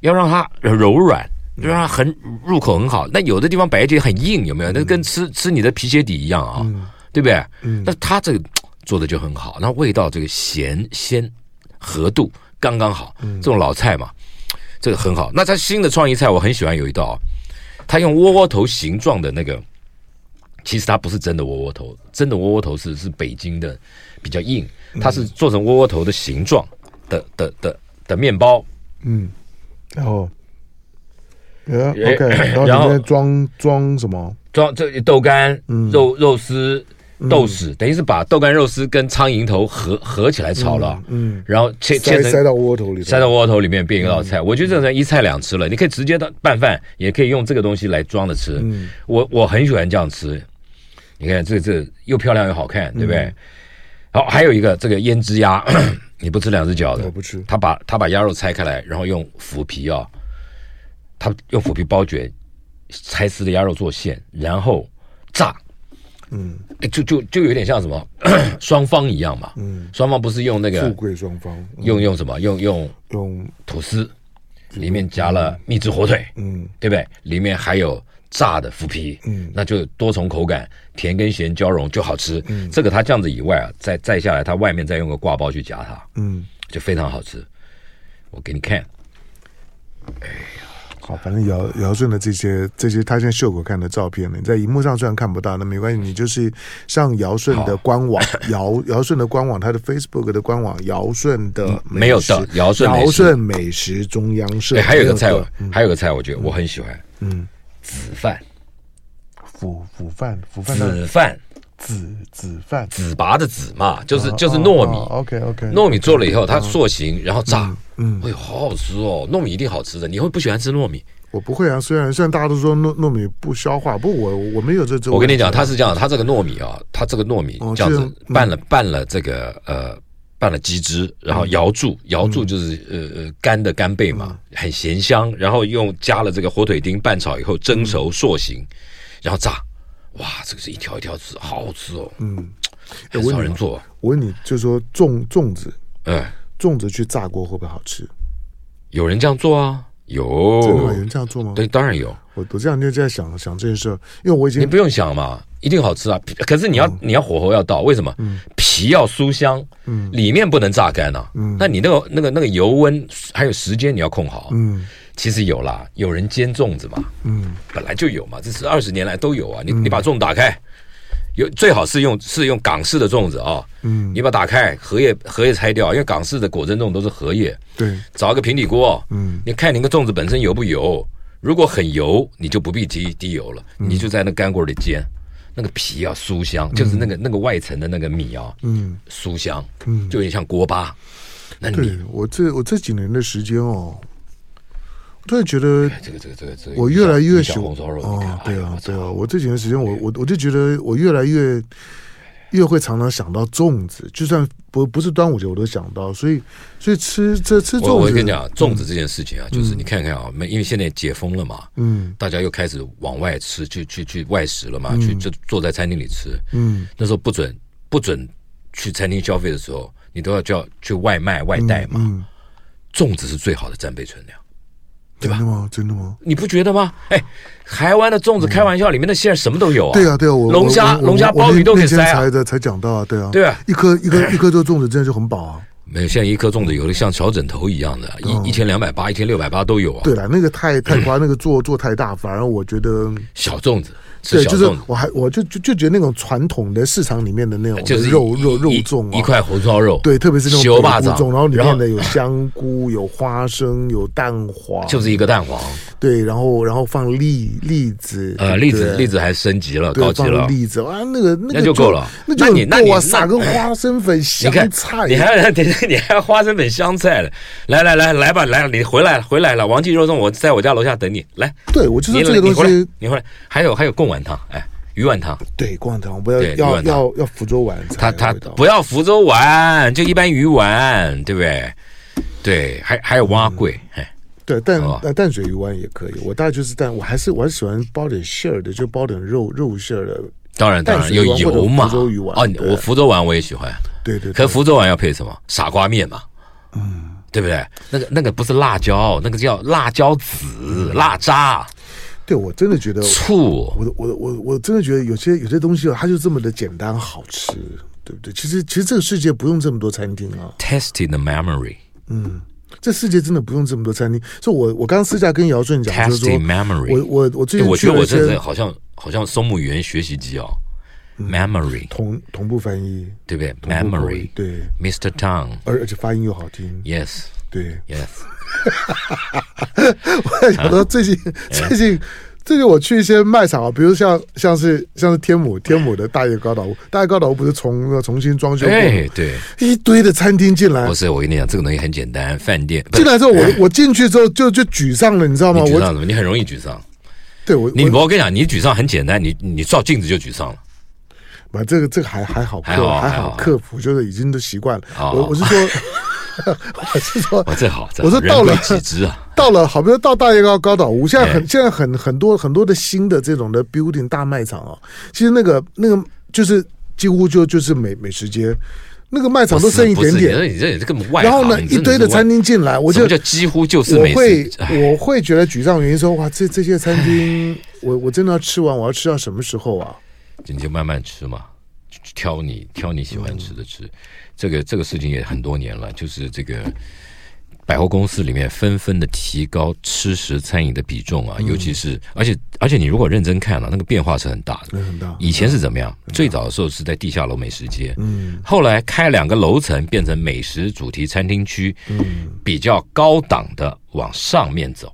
Speaker 3: 要让它柔软，就让它很入口很好。那有的地方百叶结很硬，有没有？那跟吃吃你的皮鞋底一样啊，对不对？
Speaker 2: 嗯
Speaker 3: 那它这个做的就很好，那味道这个咸鲜合度刚刚好，
Speaker 2: 嗯
Speaker 3: 这种老菜嘛，这个很好。那它新的创意菜我很喜欢有一道啊，它用窝窝头形状的那个。其实它不是真的窝窝头，真的窝窝头是是北京的，比较硬，
Speaker 2: 嗯
Speaker 3: 它是做成窝窝头的形状的的的的面包，
Speaker 2: 嗯，然后。呃
Speaker 3: 哎
Speaker 2: ，OK，然后
Speaker 3: 然
Speaker 2: 里
Speaker 3: 后
Speaker 2: 面装装什么？
Speaker 3: 装这豆干、
Speaker 2: 嗯
Speaker 3: 肉肉丝、豆豉，等于是把豆干、肉丝跟苍蝇头合合起来炒了，
Speaker 2: 嗯，
Speaker 3: 然后切切
Speaker 2: 塞
Speaker 3: 成
Speaker 2: 塞到窝头里头，
Speaker 3: 塞到窝窝头里面变一道菜。我觉得这种一菜两吃了，你可以直接当拌饭，也可以用这个东西来装着吃。
Speaker 2: 嗯
Speaker 3: 我我很喜欢这样吃。你看这这又漂亮又好看，对
Speaker 2: 嗯
Speaker 3: 不对？好，还有一个这个胭脂鸭， (clears throat) 你不吃两只脚的，
Speaker 2: 我不吃
Speaker 3: 他把他把鸭肉拆开来，然后用腐皮啊、他用腐皮包卷，拆丝的鸭肉做馅，然后炸。
Speaker 2: 嗯
Speaker 3: 哎就就就有点像什么 (clears throat) 双方一样嘛，
Speaker 2: 嗯，
Speaker 3: 双方不是用那
Speaker 2: 富
Speaker 3: 个
Speaker 2: 贵双方嗯
Speaker 3: 用用什么用用
Speaker 2: 用
Speaker 3: 吐司，里面夹了秘制火腿，
Speaker 2: 嗯
Speaker 3: 对不对？里面还有炸的腐皮，
Speaker 2: 嗯
Speaker 3: 那就多重口感，甜跟咸交融就好吃。
Speaker 2: 嗯
Speaker 3: 这个它这样子以外啊，再再下来，它外面再用个挂包去夹它，
Speaker 2: 嗯，
Speaker 3: 就非常好吃。我给你看，
Speaker 2: 好，反正姚姚顺的这些这些他现在秀给我看的照片呢，你在荧幕上虽然看不到，那没关系，你就是上姚顺的官网，姚姚顺的官网，他的 Facebook 的官网，姚顺的美食
Speaker 3: 嗯没有的姚顺美食
Speaker 2: 姚顺美食中央社
Speaker 3: 对，，哎还有一个菜
Speaker 2: 没的，
Speaker 3: 还有一个菜，我觉得我很喜欢，
Speaker 2: 嗯，
Speaker 3: 紫饭，
Speaker 2: 腐腐饭腐饭的
Speaker 3: 紫饭，
Speaker 2: 紫紫饭，
Speaker 3: 紫拔的紫嘛，
Speaker 2: 哦
Speaker 3: 就是就是糯米，
Speaker 2: ，OK OK，
Speaker 3: 糯米做了以后，它塑形，然后炸，
Speaker 2: 嗯
Speaker 3: 哎呦，好好吃哦！糯米一定好吃的，你会不喜欢吃糯米？
Speaker 2: 我不会啊，虽然虽然大家都说糯糯米不消化，不过我我没有这啊这，
Speaker 3: 我跟你讲，它是这样，它这个糯米啊，它这个糯米
Speaker 2: 哦
Speaker 3: 这样
Speaker 2: 这
Speaker 3: 子
Speaker 2: 样
Speaker 3: 拌了拌了这个呃拌了鸡汁，然
Speaker 2: 嗯
Speaker 3: 后瑶柱，瑶柱就是呃呃干的干贝嘛，
Speaker 2: 嗯
Speaker 3: 很咸香，然后用加了这个火腿丁拌炒以后蒸
Speaker 2: 嗯
Speaker 3: 熟塑形，然后炸，哇，这个是一条一条吃，好好吃哦，
Speaker 2: 嗯，
Speaker 3: 很少人做，
Speaker 2: 我问你，就说粽粽子
Speaker 3: 嗯，
Speaker 2: 粽子去炸锅会不会好吃？
Speaker 3: 有人这样做啊，有
Speaker 2: 真的吗有人这样做吗？
Speaker 3: 对，当然有，
Speaker 2: 我我这两天就在想想这件事，因为嗯我已
Speaker 3: 你
Speaker 2: 经
Speaker 3: 不用想嘛，一定好吃啊。可是你要、你要火候要到，为什么？皮要酥香，
Speaker 2: 嗯
Speaker 3: 里面不能榨干啊。
Speaker 2: 嗯
Speaker 3: 那你那个那个那个油温还有时间你要控好。啊
Speaker 2: 嗯
Speaker 3: 其实有啦，有人煎粽子嘛，
Speaker 2: 嗯
Speaker 3: 本来就有嘛，这是二十年来都有啊。你你把粽打开，有最好是用是用港式的粽子啊，
Speaker 2: 嗯，
Speaker 3: 你把打开荷叶荷叶拆掉，因为港式的果珍粽都是荷叶，
Speaker 2: 对，
Speaker 3: 找一个平底锅，
Speaker 2: 嗯
Speaker 3: 你看你那个粽子本身油不油，如果很油，你就不必滴滴油了，
Speaker 2: 嗯
Speaker 3: 你就在那干锅里煎，那个皮啊酥香，就是那个那个外层的那个米啊
Speaker 2: 嗯
Speaker 3: 酥香，
Speaker 2: 嗯，
Speaker 3: 就有点像锅巴。那你
Speaker 2: 对我这我这几年的时间哦，我突然觉得
Speaker 3: 哎这个这个这个这个，
Speaker 2: 我越来越
Speaker 3: 你
Speaker 2: 喜
Speaker 3: 想
Speaker 2: 欢
Speaker 3: 红烧肉，你看
Speaker 2: 哦，，对
Speaker 3: 哎
Speaker 2: 啊
Speaker 3: 呀，哎
Speaker 2: 对啊，我这几年时间我我我就觉得我越来越越会常常想到粽子，就算不不是端午节我都想到，所以所以吃这吃
Speaker 3: 我
Speaker 2: 粽
Speaker 3: 我跟你
Speaker 2: 子，
Speaker 3: 讲，粽子这件事情啊，就是你看看啊，没因为现在解封了嘛，
Speaker 2: 嗯
Speaker 3: 大家又开始往外吃，去去去外食了嘛，去就坐在餐厅里吃。
Speaker 2: 嗯
Speaker 3: 那时候不准不准去餐厅消费的时候，你都要叫去外卖外带嘛。
Speaker 2: 嗯，
Speaker 3: 粽子是最好的战备存粮，
Speaker 2: 真的吗？真的吗？
Speaker 3: 你不觉得吗？哎，台湾的粽子，开玩笑，里面的馅儿什么都有啊。
Speaker 2: 嗯对啊，对啊，我
Speaker 3: 龙
Speaker 2: 我
Speaker 3: 虾
Speaker 2: 我
Speaker 3: 龙虾
Speaker 2: 我
Speaker 3: 鲍鱼都可以
Speaker 2: 那天
Speaker 3: 塞啊
Speaker 2: 才的才讲到啊，对啊，
Speaker 3: 对啊哦
Speaker 2: 一颗一颗一颗做粽子真的就很饱啊。
Speaker 3: 没有，现在一颗粽子有的像小枕头一样的，一一千两百八、一千六百八都有啊。
Speaker 2: 嗯对了，那个太太夸那个做做太大，反而我觉得。
Speaker 3: 小粽子吃
Speaker 2: 对，
Speaker 3: 小
Speaker 2: 就是
Speaker 3: 粽子，
Speaker 2: 我还我就就就觉得那种传统的市场里面的那种
Speaker 3: 就是
Speaker 2: 肉
Speaker 3: 一
Speaker 2: 肉肉
Speaker 3: 一
Speaker 2: 粽啊，
Speaker 3: 一块红烧肉，
Speaker 2: 对，特别是那
Speaker 3: 小
Speaker 2: 种
Speaker 3: 巴
Speaker 2: 北
Speaker 3: 掌
Speaker 2: 部粽，然后里
Speaker 3: 然后
Speaker 2: 面的有香菇、有花生、有蛋黄，
Speaker 3: 就是一个蛋黄。
Speaker 2: 对，然后然后放栗栗子，
Speaker 3: 呃，
Speaker 2: 对
Speaker 3: 栗
Speaker 2: 不
Speaker 3: 子
Speaker 2: 对
Speaker 3: 栗子还升级了，
Speaker 2: 对
Speaker 3: 高级了
Speaker 2: 放。栗子啊，那个那
Speaker 3: 那
Speaker 2: 个
Speaker 3: 就够了
Speaker 2: 那
Speaker 3: 那
Speaker 2: 就
Speaker 3: 你那
Speaker 2: 够啊，
Speaker 3: 你
Speaker 2: 撒
Speaker 3: 那
Speaker 2: 个花生粉、
Speaker 3: 你
Speaker 2: 香
Speaker 3: 看
Speaker 2: 菜，，
Speaker 3: 你还要 (laughs) 你还要花生粉、香菜了。来来来来吧，来你回来了回来了，王记肉粽我在我家楼下等你。来，
Speaker 2: 对我就
Speaker 3: 你
Speaker 2: 是这个东
Speaker 3: 你回来
Speaker 2: 西，
Speaker 3: 你回来。还有还有贡丸汤，哎，鱼丸汤，
Speaker 2: 对，灌汤不要
Speaker 3: 对
Speaker 2: 要
Speaker 3: 乱打
Speaker 2: 要要福州丸才哎
Speaker 3: 它
Speaker 2: 有
Speaker 3: 它
Speaker 2: 味道，
Speaker 3: 不要福州丸，就一般鱼丸，对不对？对，还还有蛙
Speaker 2: 嗯
Speaker 3: 桂，哎，
Speaker 2: 对，淡
Speaker 3: 哦
Speaker 2: 呃淡水鱼丸也可以，我大概就是淡，我还是我还是喜欢包点馅儿的，就包点肉肉馅儿的，
Speaker 3: 当然当然
Speaker 2: 淡
Speaker 3: 有
Speaker 2: 水鱼丸或者
Speaker 3: 油嘛。
Speaker 2: 福州鱼丸
Speaker 3: 哦，
Speaker 2: 对
Speaker 3: 我福州丸我也喜欢，
Speaker 2: 对对
Speaker 3: 可
Speaker 2: 对，
Speaker 3: 福州丸要配什么？傻瓜面嘛，嗯，对不对？那个那个不是辣椒，那个叫辣椒籽、辣渣、
Speaker 2: 对我真的觉得
Speaker 3: 醋。
Speaker 2: 我我我我真的觉得有些有些东西啊，它就这么的简单好吃，对不对？其实其实这个世界不用这么多餐厅啊，
Speaker 3: Testing the memory,
Speaker 2: 这世界真的不用这么多餐厅。所以我我刚私下跟姚顺讲，就是说
Speaker 3: testing memory。
Speaker 2: 我我我最
Speaker 3: 对
Speaker 2: 近
Speaker 3: 我
Speaker 2: 去
Speaker 3: 觉得
Speaker 2: 了
Speaker 3: 我
Speaker 2: 一
Speaker 3: 这是
Speaker 2: 些
Speaker 3: 好像好像松木语言学习机哦，memory
Speaker 2: 同同步翻译
Speaker 3: 对不对
Speaker 2: 同步口译
Speaker 3: ？memory
Speaker 2: 对，
Speaker 3: Mr. Tang
Speaker 2: 而而且发音又好听，
Speaker 3: yes
Speaker 2: 对。
Speaker 3: yes
Speaker 2: (laughs) 我想到最近、
Speaker 3: 啊
Speaker 2: 最近最近我去一些卖场啊，比如像像是像是天母天母的大叶高岛屋，大叶高岛屋不是重呃重新装修过吗，
Speaker 3: 哎对，
Speaker 2: 一堆的餐厅进来
Speaker 3: 不，是我跟你讲这个东西很简单，饭店不
Speaker 2: 进
Speaker 3: 是
Speaker 2: 来之后，我我进去之后就就沮丧了，你知道吗？
Speaker 3: 你沮丧
Speaker 2: 我
Speaker 3: 什么？你很容易沮丧。
Speaker 2: 对我
Speaker 3: 你
Speaker 2: 我
Speaker 3: 我跟你讲，你沮丧很简单，你你照镜子就沮丧了。
Speaker 2: 把这个这个还还好克
Speaker 3: 还好
Speaker 2: 还
Speaker 3: 还好
Speaker 2: 好克服，就是已经都习惯了。
Speaker 3: 哦
Speaker 2: 我我是说，(laughs)
Speaker 3: (laughs)
Speaker 2: 我是说
Speaker 3: 哇，这好，这好
Speaker 2: 我说
Speaker 3: 人
Speaker 2: 到了
Speaker 3: 贵己知啊。
Speaker 2: 到了，好比说到大叶高高岛屋，现在很、
Speaker 3: 哎
Speaker 2: 现在很很多很多的新的这种的 building 大卖场哦，其实那个那个就是几乎就就是美美食街，那个卖场都
Speaker 3: 不是
Speaker 2: 剩一点
Speaker 3: 不
Speaker 2: 点，
Speaker 3: 是你这你这个外
Speaker 2: 然后
Speaker 3: 行
Speaker 2: 呢
Speaker 3: 你
Speaker 2: 一
Speaker 3: 真
Speaker 2: 堆
Speaker 3: 是
Speaker 2: 的
Speaker 3: 外
Speaker 2: 餐厅进来，我
Speaker 3: 什
Speaker 2: 就
Speaker 3: 么叫几乎就是
Speaker 2: 我
Speaker 3: 美
Speaker 2: 会
Speaker 3: 食？哎
Speaker 2: 我会觉得沮丧，原因说哇，这这些餐厅，我我真的要吃完，我要吃到什么时候啊？
Speaker 3: 你就慢慢吃嘛，挑你挑你喜欢吃的吃。这个这个事情也很多年了，就是这个百货公司里面纷纷的提高吃食餐饮的比重啊，尤
Speaker 2: 嗯
Speaker 3: 其是而且而且你如果认真看了、啊那个变化是很大的。
Speaker 2: 那很大，
Speaker 3: 以前是怎么样？最早的时候是在地下楼美食街，
Speaker 2: 嗯
Speaker 3: 后来开两个楼层变成美食主题餐厅区，
Speaker 2: 嗯
Speaker 3: 比较高档的往上面走，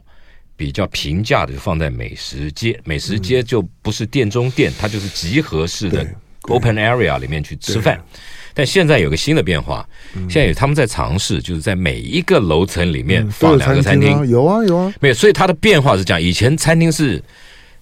Speaker 3: 比较平价的就放在美食街。美食街就不是店中店，它就是集合式的
Speaker 2: 嗯对
Speaker 3: open area 里面去吃饭。但现在有个新的变化，现在有他们在尝试，就是在每一个楼层里面
Speaker 2: 嗯，都
Speaker 3: 放
Speaker 2: 有
Speaker 3: 两个
Speaker 2: 餐
Speaker 3: 餐厅。
Speaker 2: 啊，有啊有啊，
Speaker 3: 没有，所以它的变化是这样：以前餐厅是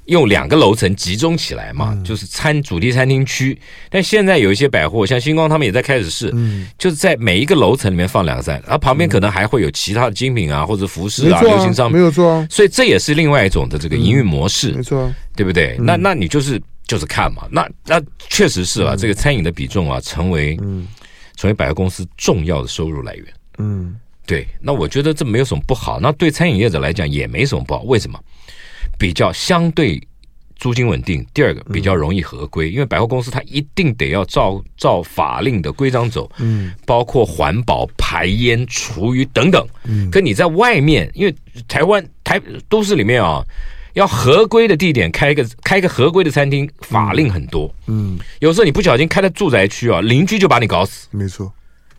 Speaker 3: 用两个楼层集中起来嘛，
Speaker 2: 嗯
Speaker 3: 就是餐主题餐厅区。但现在有一些百货，像星光他们也在开始试，
Speaker 2: 嗯
Speaker 3: 就是在每一个楼层里面放两个站，然后旁边可能还会有其他的精品啊，或者服饰
Speaker 2: 没
Speaker 3: 啊、
Speaker 2: 错
Speaker 3: 流行
Speaker 2: 啊，
Speaker 3: 商
Speaker 2: 没
Speaker 3: 品。
Speaker 2: 有错啊，
Speaker 3: 所以这也是另外一种的这个营运模式，
Speaker 2: 没错啊，
Speaker 3: 对不对？那那你就是就是看嘛，那那确实是啊，这个餐饮的比重啊，成为
Speaker 2: 嗯
Speaker 3: 成为百货公司重要的收入来源。
Speaker 2: 嗯
Speaker 3: 对，那我觉得这没有什么不好，那对餐饮业者来讲也没什么不好。为什么？比较相对租金稳定，第二个比较容易合
Speaker 2: 嗯
Speaker 3: 规，因为百货公司它一定得要照照法令的规章走，嗯，包括环保、排烟、厨余等等。嗯，跟你在外面，因为台湾台都市里面啊。要合规的地点开一个开一个合规的餐厅，法令很多。
Speaker 2: 嗯，
Speaker 3: 有时候你不小心开到住宅区啊，邻居就把你搞死，
Speaker 2: 没错，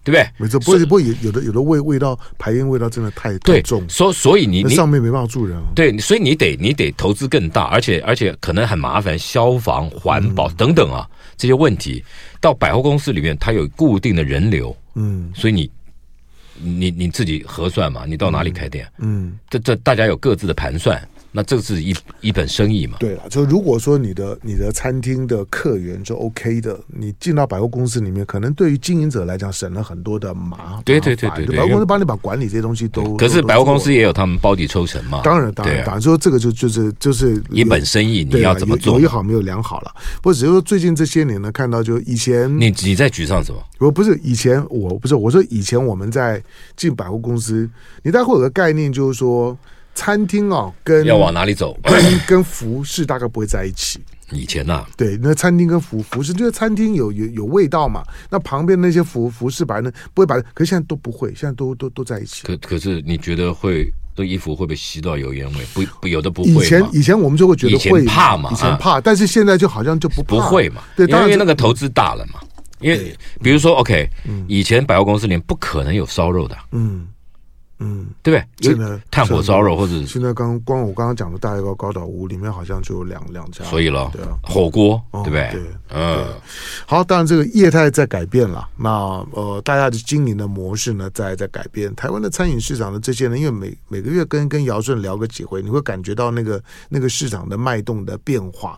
Speaker 3: 对不对？
Speaker 2: 没错。不过不过有有的有的味味道排烟味道真的太太
Speaker 3: 对
Speaker 2: 重，，
Speaker 3: 所所以你
Speaker 2: 那
Speaker 3: 你
Speaker 2: 上面没办法住人啊。
Speaker 3: 对，所以你得你得投资更大，而且而且可能很麻烦，消防、环保
Speaker 2: 嗯
Speaker 3: 等等啊这些问题，到百货公司里面它有固定的人流，
Speaker 2: 嗯
Speaker 3: 所以你你你自己核算嘛，你到哪里开店，
Speaker 2: 嗯，
Speaker 3: 这这大家有各自的盘算，那这是一一本生意嘛，
Speaker 2: 对了，就如果说你的你的餐厅的客源是 OK 的，你进到百货公司里面，可能对于经营者来讲省了很多的麻。
Speaker 3: 对
Speaker 2: 麻烦
Speaker 3: 对对对对
Speaker 2: 百货公
Speaker 3: 因
Speaker 2: 司
Speaker 3: 为
Speaker 2: 帮你把管理这些东西都。
Speaker 3: 可是
Speaker 2: 都
Speaker 3: 百货公。
Speaker 2: 都做
Speaker 3: 司也有他们包底抽成嘛，
Speaker 2: 当然，当
Speaker 3: 对
Speaker 2: 然，
Speaker 3: 啊
Speaker 2: 当然，说这个就就是就是
Speaker 3: 一本生意你
Speaker 2: 对啊
Speaker 3: 要怎么
Speaker 2: 有
Speaker 3: 做
Speaker 2: 有一？好没有两好了。不过只是说最近这些年呢，看到就以前
Speaker 3: 你你在沮丧什么？
Speaker 2: 我不是以前我不是我说以前我们在进百货公司，你大概会有个概念，就是说餐厅啊、跟
Speaker 3: 要往哪里走？
Speaker 2: (coughs) 跟跟服饰大概不会在一起。
Speaker 3: 以前啊呐、
Speaker 2: 对，那餐厅跟服服饰，就是餐厅有有有味道嘛，那旁边那些服服饰白呢不会把，可是现在都不会，现在都都都在一起。
Speaker 3: 可可是你觉得会这衣服会不会吸到油烟味？不不，有的不会
Speaker 2: 以
Speaker 3: 嘛。
Speaker 2: 前以前我们就会觉得
Speaker 3: 以前
Speaker 2: 会
Speaker 3: 怕嘛
Speaker 2: 以前
Speaker 3: 啊
Speaker 2: 怕，但是现在就好像就不怕
Speaker 3: 不会嘛？
Speaker 2: 对，
Speaker 3: 因
Speaker 2: 当
Speaker 3: 为
Speaker 2: 然嗯是
Speaker 3: 因为那个投资大了嘛。因为比如说，OK，以前百货公司里面不可能有烧肉的，
Speaker 2: 嗯嗯，
Speaker 3: 对不对？
Speaker 2: 现
Speaker 3: 有
Speaker 2: 在
Speaker 3: 炭火烧肉或者
Speaker 2: 现在刚光我刚刚讲的大高高岛屋里面好像就有两两家，
Speaker 3: 所以咯
Speaker 2: 对啊，
Speaker 3: 火锅，
Speaker 2: 哦
Speaker 3: 对不对
Speaker 2: 对？
Speaker 3: 嗯，
Speaker 2: 好，当然这个业态在改变了，那呃，大家的经营的模式呢，在在改变。台湾的餐饮市场的这些呢，因为每每个月跟跟姚顺聊个几回，你会感觉到那个那个市场的脉动的变化。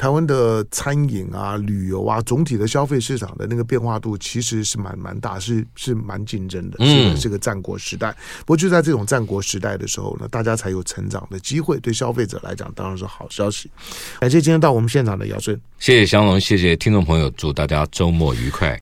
Speaker 2: 台湾的餐饮啊、旅游啊，总体的消费市场的那个变化度其实是蛮蛮大，是是蛮竞争的，是
Speaker 3: 嗯
Speaker 2: 个是个战国时代。不过就在这种战国时代的时候呢，大家才有成长的机会，对消费者来讲当然是好消息。感谢今天到我们现场的姚顺。
Speaker 3: 谢谢香龙，谢谢听众朋友，祝大家周末愉快。